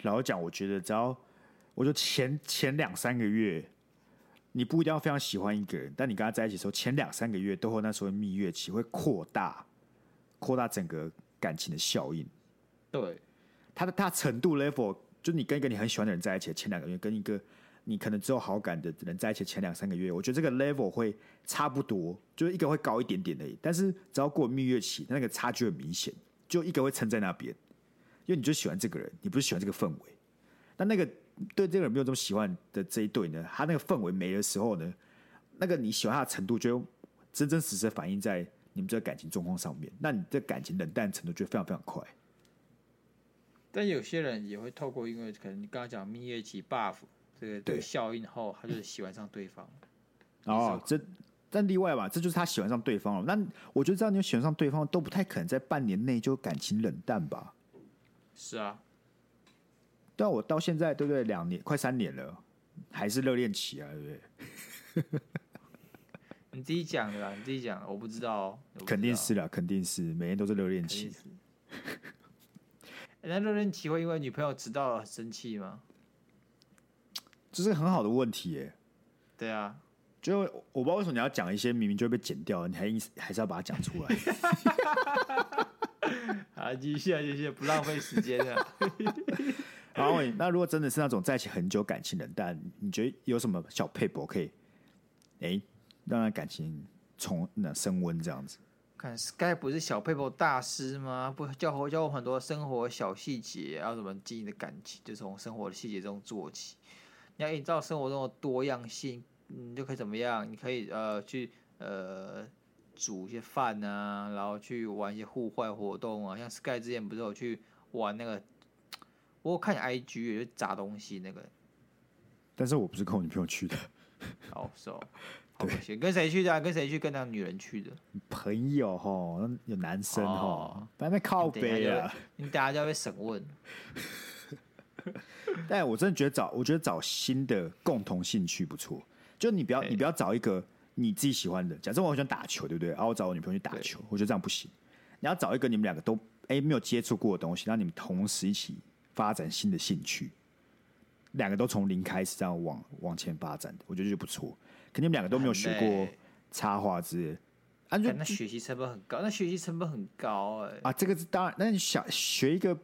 Speaker 1: 老实讲，我觉得只要我就前前两三个月，你不一定要非常喜欢一个人，但你跟他在一起的时候，前两三个月都会有那时候的蜜月期会扩大扩大整个感情的效应。
Speaker 2: 对，
Speaker 1: 他的他程度 level，就你跟一个你很喜欢的人在一起的前两个月，跟一个你可能只有好感的人在一起的前两三个月，我觉得这个 level 会差不多，就是一个会高一点点而已。但是只要过蜜月期，那个差距很明显，就一个会撑在那边，因为你就喜欢这个人，你不是喜欢这个氛围。那那个对这个人没有这么喜欢的这一对呢，他那个氛围没的时候呢，那个你喜欢他的程度就会真真实实地反映在你们这个感情状况上面，那你这感情冷淡的程度就会非常非常快。
Speaker 2: 但有些人也会透过，因为可能你刚刚讲蜜月期 buff 这个这
Speaker 1: 对
Speaker 2: 个效应后，他就喜欢上对方。
Speaker 1: 哦，这但例外吧，这就是他喜欢上对方了。那我觉得这样你喜欢上对方，都不太可能在半年内就感情冷淡吧？
Speaker 2: 是啊，
Speaker 1: 但我到现在对不对？两年快三年了，还是热恋期啊，对不对？
Speaker 2: 你自己讲的啦，你自己讲的，我不知道哦，我不知道
Speaker 1: 肯定是，啦，肯定是，每年都是热恋
Speaker 2: 肯定
Speaker 1: 期。
Speaker 2: 是。欸那热恋期会因为女朋友迟到而生气吗？
Speaker 1: 这是个很好的问题耶、
Speaker 2: 对啊，
Speaker 1: 就我我不知道为什么你要讲一些明明就会被剪掉的，你还硬是还是要把它讲出 来。
Speaker 2: 啊，继续啊，继续，不浪费时间啊。
Speaker 1: 然后你，那如果真的是那种在一起很久感情冷淡，你觉得有什么小配博可以，哎、让他感情重那升温这样子？
Speaker 2: 看 Sky 不是小佩宝大师吗？不教我教我很多生活小细节，要怎么经营的感情，就从生活的细节中做起。你要营造生活中的多样性，嗯你就可以怎么样？你可以呃去呃煮一些饭啊，然后去玩一些户外活动啊。像 Sky 之前不是有去玩那个，我有看你 IG 有去砸东西那个，
Speaker 1: 但是我不是跟我女朋友去 的。
Speaker 2: 好瘦，好可惜。跟谁去的、啊？跟谁去？跟那个女人去的。
Speaker 1: 朋友吼，有男生吼
Speaker 2: 哦，哎
Speaker 1: 在那边靠
Speaker 2: 你等一
Speaker 1: 背
Speaker 2: 下就
Speaker 1: 啊。
Speaker 2: 你等下就要被审问。
Speaker 1: 但我真的觉得找，我觉得找新的共同兴趣不错。就你不要，
Speaker 2: 对
Speaker 1: 你不要找一个你自己喜欢的。假设我很喜欢打球，对不对？然后我找我女朋友去打
Speaker 2: 对
Speaker 1: 球，我觉得这样不行。你要找一个你们两个都哎、没有接触过的东西，让你们同时一起发展新的兴趣，两个都从零开始这样往往前发展的，我觉得就不错。可你们两个都没有学
Speaker 2: 很
Speaker 1: 过
Speaker 2: 累
Speaker 1: 插花之类的，啊，就
Speaker 2: 干那学习成本很高，那学习成本很高哎、
Speaker 1: 啊，这个是当然，那你想学一个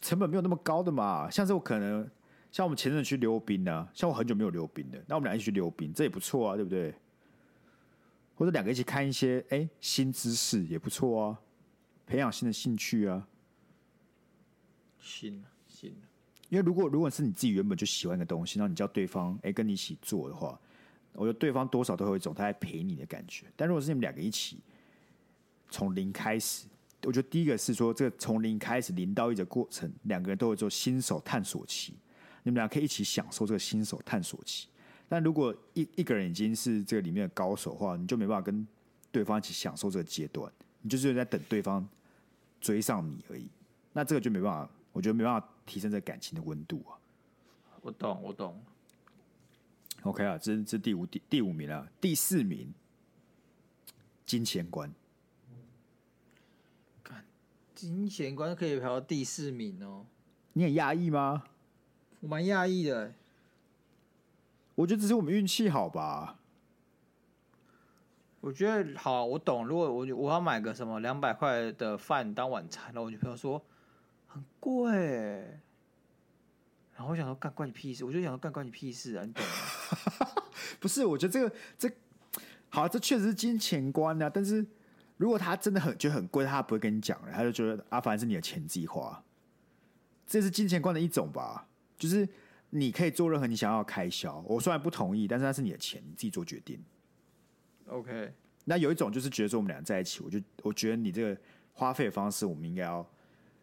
Speaker 1: 成本没有那么高的嘛？像是我可能，像我们前阵子去溜冰呢、啊，像我很久没有溜冰的，那我们俩一起去溜冰，这也不错啊，对不对？或者两个一起看一些哎、新知识也不错啊，培养新的兴趣啊。
Speaker 2: 行了行了，
Speaker 1: 因为如果如果是你自己原本就喜欢的东西，然后你叫对方哎、跟你一起做的话，我觉得对方多少都会有一种他在陪你的感觉。但如果是你们两个一起从零开始，我觉得第一个是说这个从零开始零到一的过程，两个人都有做新手探索期，你们俩可以一起享受这个新手探索期。但如果一一个人已经是这个里面的高手的话，你就没办法跟对方一起享受这个阶段，你就是在等对方追上你而已。那这个就没办法，我觉得没办法提升这感情的温度啊。
Speaker 2: 我懂我懂。
Speaker 1: OK 啊，这这第五第第五名啊，第四名，金钱观。
Speaker 2: 金钱观可以排到第四名哦，
Speaker 1: 你很压抑吗？
Speaker 2: 我蛮讶异的欸、
Speaker 1: 我觉得只是我们运气好吧。
Speaker 2: 我觉得好，啊我懂。如果我我要买个什么两百块的饭当晚餐，然后我女朋友说很贵欸、然然后我想说干关你屁事，我就想说干关你屁事啊，你懂吗？
Speaker 1: 不是，我觉得这个这好，啊这确实是金钱观啊。但是如果他真的很觉得很贵，他不会跟你讲的，他就觉得啊，反正是你的钱自己花，这是金钱观的一种吧。就是你可以做任何你想要的开销，我虽然不同意，但是那是你的钱，你自己做决定。
Speaker 2: OK，
Speaker 1: 那有一种就是觉得说我们俩在一起，我就我觉得你这个花费的方式，我们应该要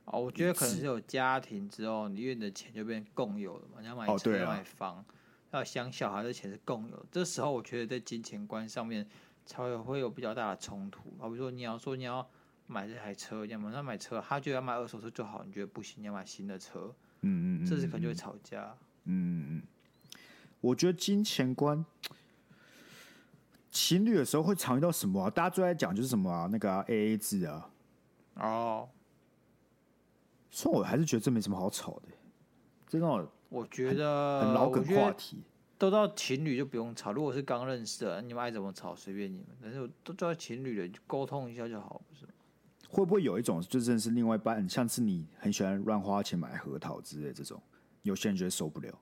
Speaker 2: 哦，我觉得可能是有家庭之后，你因为你的钱就变共有了嘛，你要买
Speaker 1: 哦
Speaker 2: 车、
Speaker 1: 对啊
Speaker 2: 要买房，要想小孩的钱是共有的，这时候我觉得在金钱观上面才会会有比较大的冲突。好比说你要说你要买这台车，你要马上买车，他觉得要买二手车就好，你觉得不行，你要买新的车，
Speaker 1: 嗯嗯嗯，
Speaker 2: 这时可能就会吵架。
Speaker 1: 我觉得金钱观，情侣的时候会常遇到什么、啊？大家最爱讲就是什么啊？那个、啊、A A 制啊。
Speaker 2: 哦，
Speaker 1: 所以我还是觉得这没什么好吵的、欸这让我
Speaker 2: 我觉得
Speaker 1: 很老
Speaker 2: 呃我
Speaker 1: 梗
Speaker 2: 觉
Speaker 1: 话
Speaker 2: 得
Speaker 1: 题。
Speaker 2: 都到情侣就不用吵，如果是刚认识的，你们爱怎么吵随便你们，但是我都到情侣了，就沟通一下就好，不是吗？
Speaker 1: 会不会有一种就真的是另外一半，像是你很喜欢乱花钱买核桃之类的这种，有些人觉得受不了。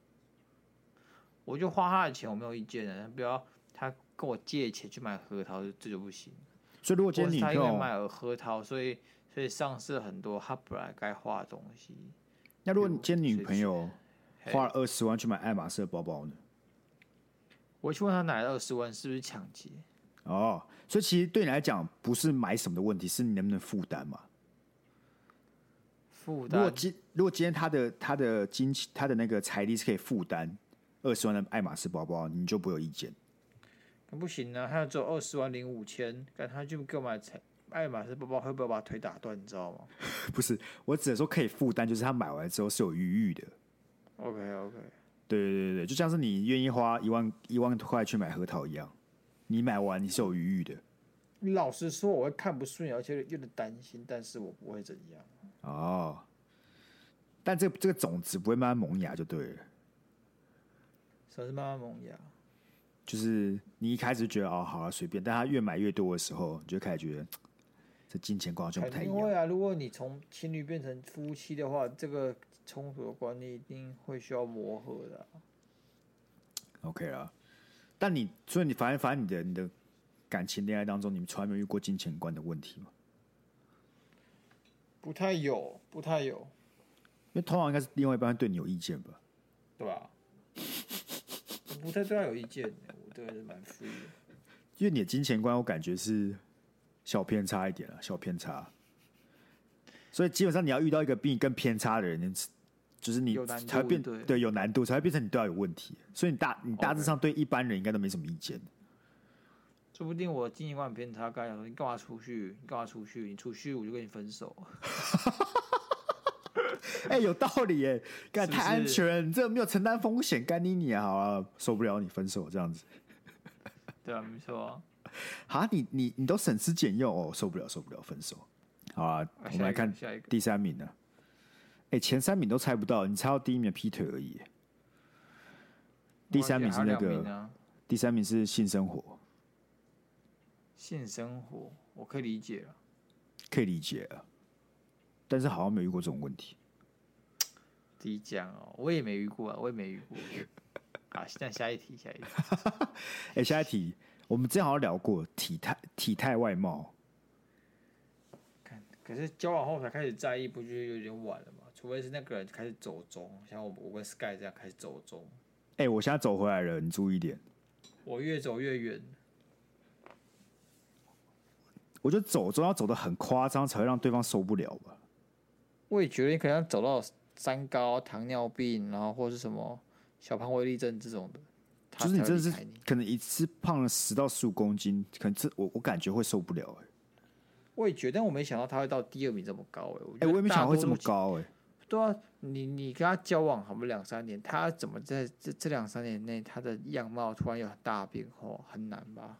Speaker 2: 我就花他的钱，我没有意见的，不要他跟我借钱去买核桃，这就不行。
Speaker 1: 所以如果
Speaker 2: 或
Speaker 1: 今
Speaker 2: 者
Speaker 1: 天
Speaker 2: 是
Speaker 1: 你
Speaker 2: 他
Speaker 1: 朋
Speaker 2: 因为
Speaker 1: 友，
Speaker 2: 买了核桃，所以所以丧失了很多他本来该花的东西。
Speaker 1: 那如果你今天女朋友
Speaker 2: 嘿
Speaker 1: 花了二十万去买爱马仕的包包呢？
Speaker 2: 我去问他哪来二十万，是不是抢劫？
Speaker 1: 哦，所以其实对你来讲不是买什么的问题，是你能不能负担嘛？
Speaker 2: 负
Speaker 1: 如果
Speaker 2: 担
Speaker 1: 今如果今天他的他的金钱他的那个财力是可以负担二十万的爱马仕包包，你就不会有意见。
Speaker 2: 不行啊，他只有二十万零五千，但他就给我买才爱马仕包包，会不会把腿打断？你知道吗
Speaker 1: 不是，我只能说可以负担，就是他买完之后是有余裕的。
Speaker 2: ？OK OK，
Speaker 1: 对对对对，就像是你愿意花一万一万块去买核桃一样，你买完你是有余裕的
Speaker 2: 老实说，我会看不顺眼，而且有点担心，但是我不会怎样。
Speaker 1: 哦。但这这个种子不会慢慢萌芽就对了，
Speaker 2: 什么是慢慢萌芽？
Speaker 1: 就是你一开始觉得哦好了、随便，但他越买越多的时候，你就开始觉得嘖这金钱观好像不
Speaker 2: 肯
Speaker 1: 太一
Speaker 2: 定
Speaker 1: 样
Speaker 2: 会。啊！如果你从情侣变成夫妻的话，这个冲突的观念一定会需要磨合的啊、
Speaker 1: OK 啦，但你所以你反正反正你的你的感情恋爱当中，你们从来没有遇过金钱观的问题吗？
Speaker 2: 不太有，不太有，
Speaker 1: 因为通常应该是另外一半会对你有意见吧？
Speaker 2: 对吧？ 我不太对他有意见的，我对他是蛮 free 的。
Speaker 1: 因为你的金钱观，我感觉是小偏差一点了，小偏差。所以基本上你要遇到一个比你更偏差的人，你就是你
Speaker 2: 有难度
Speaker 1: 才会变
Speaker 2: 对
Speaker 1: 对有难度，才会变成你对他有问题。所以你大你大致
Speaker 2: OK
Speaker 1: 上对一般人应该都没什么意见。
Speaker 2: 说不定我经营观很偏差，刚才讲说你干嘛出去？你干嘛出去？你出去我就跟你分手。
Speaker 1: 哎、有道理耶、干
Speaker 2: 是不
Speaker 1: 太安
Speaker 2: 是
Speaker 1: 全了，你这没有承担风险，干你你好啊，受不了你分手这样子。
Speaker 2: 对啊，没错啊。
Speaker 1: 啊，你你你都省吃俭用哦，受不了受不了，分手。好啊，
Speaker 2: 啊
Speaker 1: 我
Speaker 2: 下
Speaker 1: 们
Speaker 2: 一个
Speaker 1: 来看
Speaker 2: 下一个，
Speaker 1: 第三名呢、哎、前三名都猜不到，你猜到第一名的劈腿而已耶。第三名是那
Speaker 2: 我忘记还有
Speaker 1: 个
Speaker 2: 两名啊
Speaker 1: 第三名是性生活，
Speaker 2: 性生活，我可以理解了。
Speaker 1: 可以理解啊，但是好像没有遇过这种问题。
Speaker 2: 自己讲哦，我也没遇过啊，我也没遇过。 好，那下一题，下一题。
Speaker 1: 哎、下一题，我们之前好像聊过体态、体态、外貌，
Speaker 2: 看，可是交往后才开始在意，不就有点晚了嘛？除非是那个人开始走中，像我我跟 Sky 这样开始走中，
Speaker 1: 哎、我现在走回来了，你注意一点。
Speaker 2: 我越走越远。
Speaker 1: 我觉得走中要走的很夸张，才会让对方受不了吧？
Speaker 2: 我也觉得你可能要走到三高、糖尿病，然后或是什么小胖威力症这种的，他
Speaker 1: 就是你
Speaker 2: 才
Speaker 1: 真
Speaker 2: 会
Speaker 1: 的是
Speaker 2: 离开你
Speaker 1: 可能一次胖了十到十五公斤，可能这我我感觉会受不了、哎，
Speaker 2: 我也觉得，但我没想到他会到第二名这么高哎、我
Speaker 1: 哎、我也没想到会这么
Speaker 2: 高。
Speaker 1: 高、哎。
Speaker 2: 对啊，你你跟他交往好不两三年，他怎么在这这两三年内他的样貌突然有很大的变化，很难吧？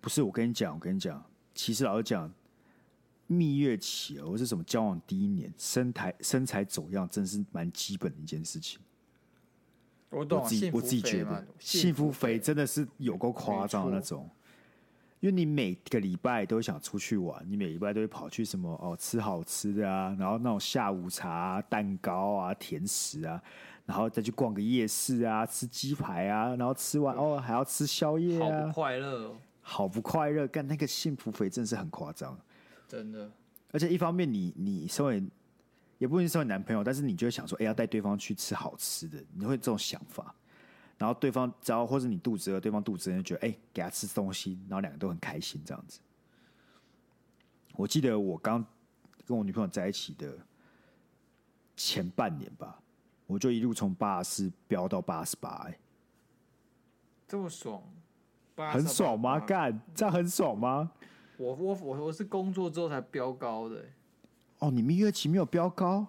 Speaker 1: 不是，我跟你讲，我跟你讲，其实老实讲，蜜月期哦，或是什么交往第一年，身材身材走样，真是蛮基本的一件事情。
Speaker 2: 我
Speaker 1: 我
Speaker 2: 懂啊，
Speaker 1: 自己
Speaker 2: 幸
Speaker 1: 我
Speaker 2: 福
Speaker 1: 自己
Speaker 2: 肥
Speaker 1: 觉
Speaker 2: 嘛
Speaker 1: 得，幸福肥
Speaker 2: 肥
Speaker 1: 真的是有够夸张的那
Speaker 2: 没错
Speaker 1: 种。因为你每个礼拜都想出去玩，你每礼拜都会跑去什么哦吃好吃的啊，然后那种下午茶啊、蛋糕啊、甜食啊，然后再去逛个夜市啊，吃鸡排啊，然后吃完哦还要吃宵夜
Speaker 2: 好
Speaker 1: 啊
Speaker 2: 不，快乐哦，
Speaker 1: 好不快乐。干那个幸福肥真的是很夸张。
Speaker 2: 真的。
Speaker 1: 而且一方面你，你身为也不一定身为男朋友，但是你就会想说，哎、要带对方去吃好吃的，你会有这种想法。然后对方只要或者你肚子饿，对方肚子饿，就觉得哎、给他吃东西，然后两个都很开心这样子。我记得我刚跟我女朋友在一起的前半年吧，我就一路从八十飙到八十八，哎
Speaker 2: 这么爽，八嗯
Speaker 1: 很
Speaker 2: 十八
Speaker 1: 爽吗？
Speaker 2: 八
Speaker 1: 干，这样很爽吗？
Speaker 2: 我我我我是工作之后才飙高的、
Speaker 1: 哦，你蜜月期没有飙高？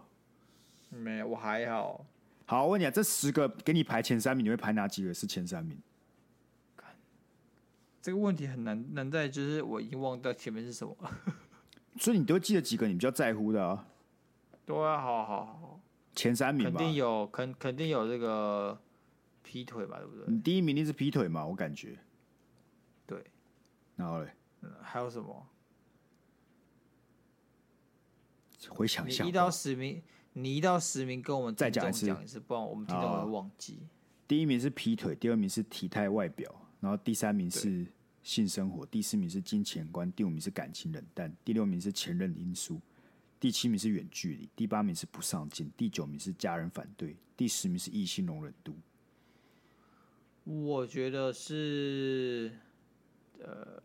Speaker 2: 没有，我还好。
Speaker 1: 好，我问你啊，这十个给你排前三名，你会排哪几个是前三名？
Speaker 2: 这个问题很难难在就是我已经忘掉前面是什么了。
Speaker 1: 所以你都会记得几个你比较在乎的啊？
Speaker 2: 对啊，好好好，
Speaker 1: 前三名
Speaker 2: 肯
Speaker 1: 吧。
Speaker 2: 定有肯肯定有这个劈腿吧，对不对？
Speaker 1: 你嗯第一名一定是劈腿嘛，我感觉。
Speaker 2: 对，
Speaker 1: 然后嘞，
Speaker 2: 嗯还有什么？
Speaker 1: 回想一
Speaker 2: 你
Speaker 1: 下
Speaker 2: 一
Speaker 1: 好不好
Speaker 2: 到十名，你一到十名跟我们
Speaker 1: 再
Speaker 2: 听
Speaker 1: 讲
Speaker 2: 众
Speaker 1: 一次
Speaker 2: 讲一次，不然我们听众
Speaker 1: 好啊
Speaker 2: 会忘记。
Speaker 1: 第一名是劈腿，第二名是体态外表，然后第三名是性生活，第四名是金钱观，第五名是感情冷淡，第六名是前任因素，第七名是远距离，第八名是不上进，第九名是家人反对，第十名是异性容忍度。
Speaker 2: 我觉得是，呃，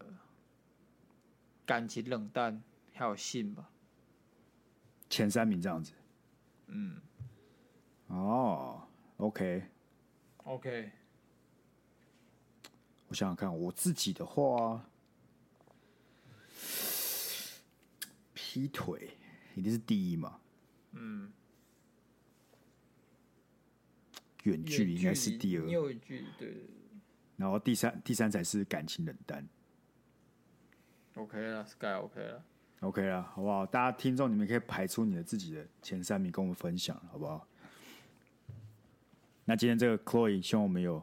Speaker 2: 感情冷淡还有性吧。
Speaker 1: 前三名这样子。嗯。哦，OK，
Speaker 2: OK，
Speaker 1: 我想想看，我自己的话，劈腿一定是第一嘛。嗯。远距离应该是第二，
Speaker 2: 有一句对
Speaker 1: 然后第三第三才是感情冷淡。
Speaker 2: ，OK 了，Sky OK 了，
Speaker 1: OK 了，好不好？大家听众，你们可以排出你的自己的前三名跟我们分享，好不好？那今天这个 Chloe，希望我们有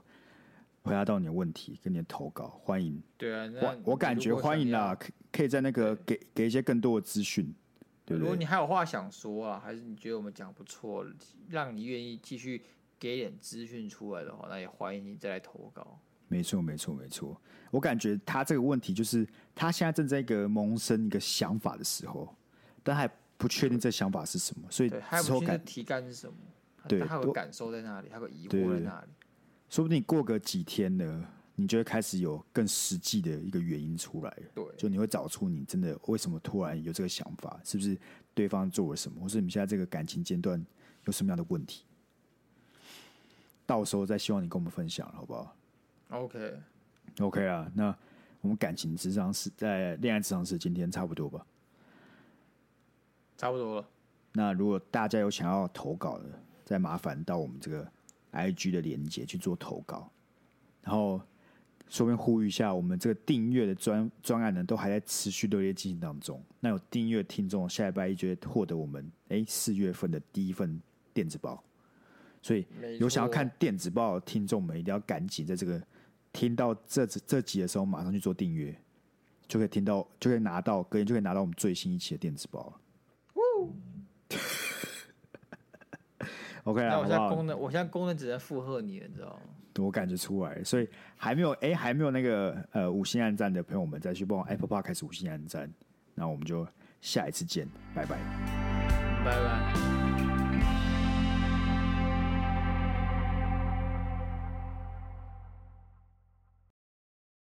Speaker 1: 回答到你的问题跟你的投稿，欢迎
Speaker 2: 对啊，那
Speaker 1: 我我感觉欢迎啦，
Speaker 2: 啦。
Speaker 1: 可可以在那个给给一些更多的资讯，对
Speaker 2: 如
Speaker 1: 不
Speaker 2: 果
Speaker 1: 对？
Speaker 2: 你还有话想说啊，还是你觉得我们讲不错，让你愿意继续给点资讯出来的话，那也欢迎你再来投稿。
Speaker 1: 没错，没错，没错。我感觉他这个问题就是他现在正在一个萌生一个想法的时候，但还不确定这想法是什么，所以
Speaker 2: 对，还有
Speaker 1: 之后
Speaker 2: 不确定
Speaker 1: 感
Speaker 2: 题干是什么，
Speaker 1: 对
Speaker 2: 他有
Speaker 1: 多
Speaker 2: 个感受在那里，他有个疑
Speaker 1: 对
Speaker 2: 惑在
Speaker 1: 对
Speaker 2: 那里。
Speaker 1: 说不定过个几天呢，你就会开始有更实际的一个原因出来了。
Speaker 2: 对，
Speaker 1: 就你会找出你真的为什么突然有这个想法，是不是对方做了什么，或是你们现在这个感情阶段有什么样的问题？到时候再希望你跟我们分享，好不好
Speaker 2: OK，
Speaker 1: ？OK 啊，那我们感情智商是在恋爱智商是今天差不多吧？
Speaker 2: 差不多了。
Speaker 1: 那如果大家有想要投稿的，再麻烦到我们这个 IG 的连接去做投稿。然后顺便呼吁一下，我们这个订阅的专专案呢，都还在持续热烈进行当中。那有订阅听众，下礼拜一就会获得我们哎四月份的第一份电子报。所以
Speaker 2: 没
Speaker 1: 有想要
Speaker 2: 错
Speaker 1: 看电子报的听众们，一定要赶紧在这个听到这这集的时候，马上去做订阅，就可以听到，就可以拿到，隔天就可以拿到我们最新一期的电子报了。OK
Speaker 2: 那
Speaker 1: 啦，哎好
Speaker 2: 我现
Speaker 1: 不
Speaker 2: 在
Speaker 1: 好
Speaker 2: 功？能，我现在功能只能附和你了，你知道吗？
Speaker 1: 我感觉出来了，所以还没有哎、还没有那个呃五星暗赞的朋友们，再去帮我 Apple Park 开始五星暗赞，那我们就下一次见，拜拜。
Speaker 2: 拜拜。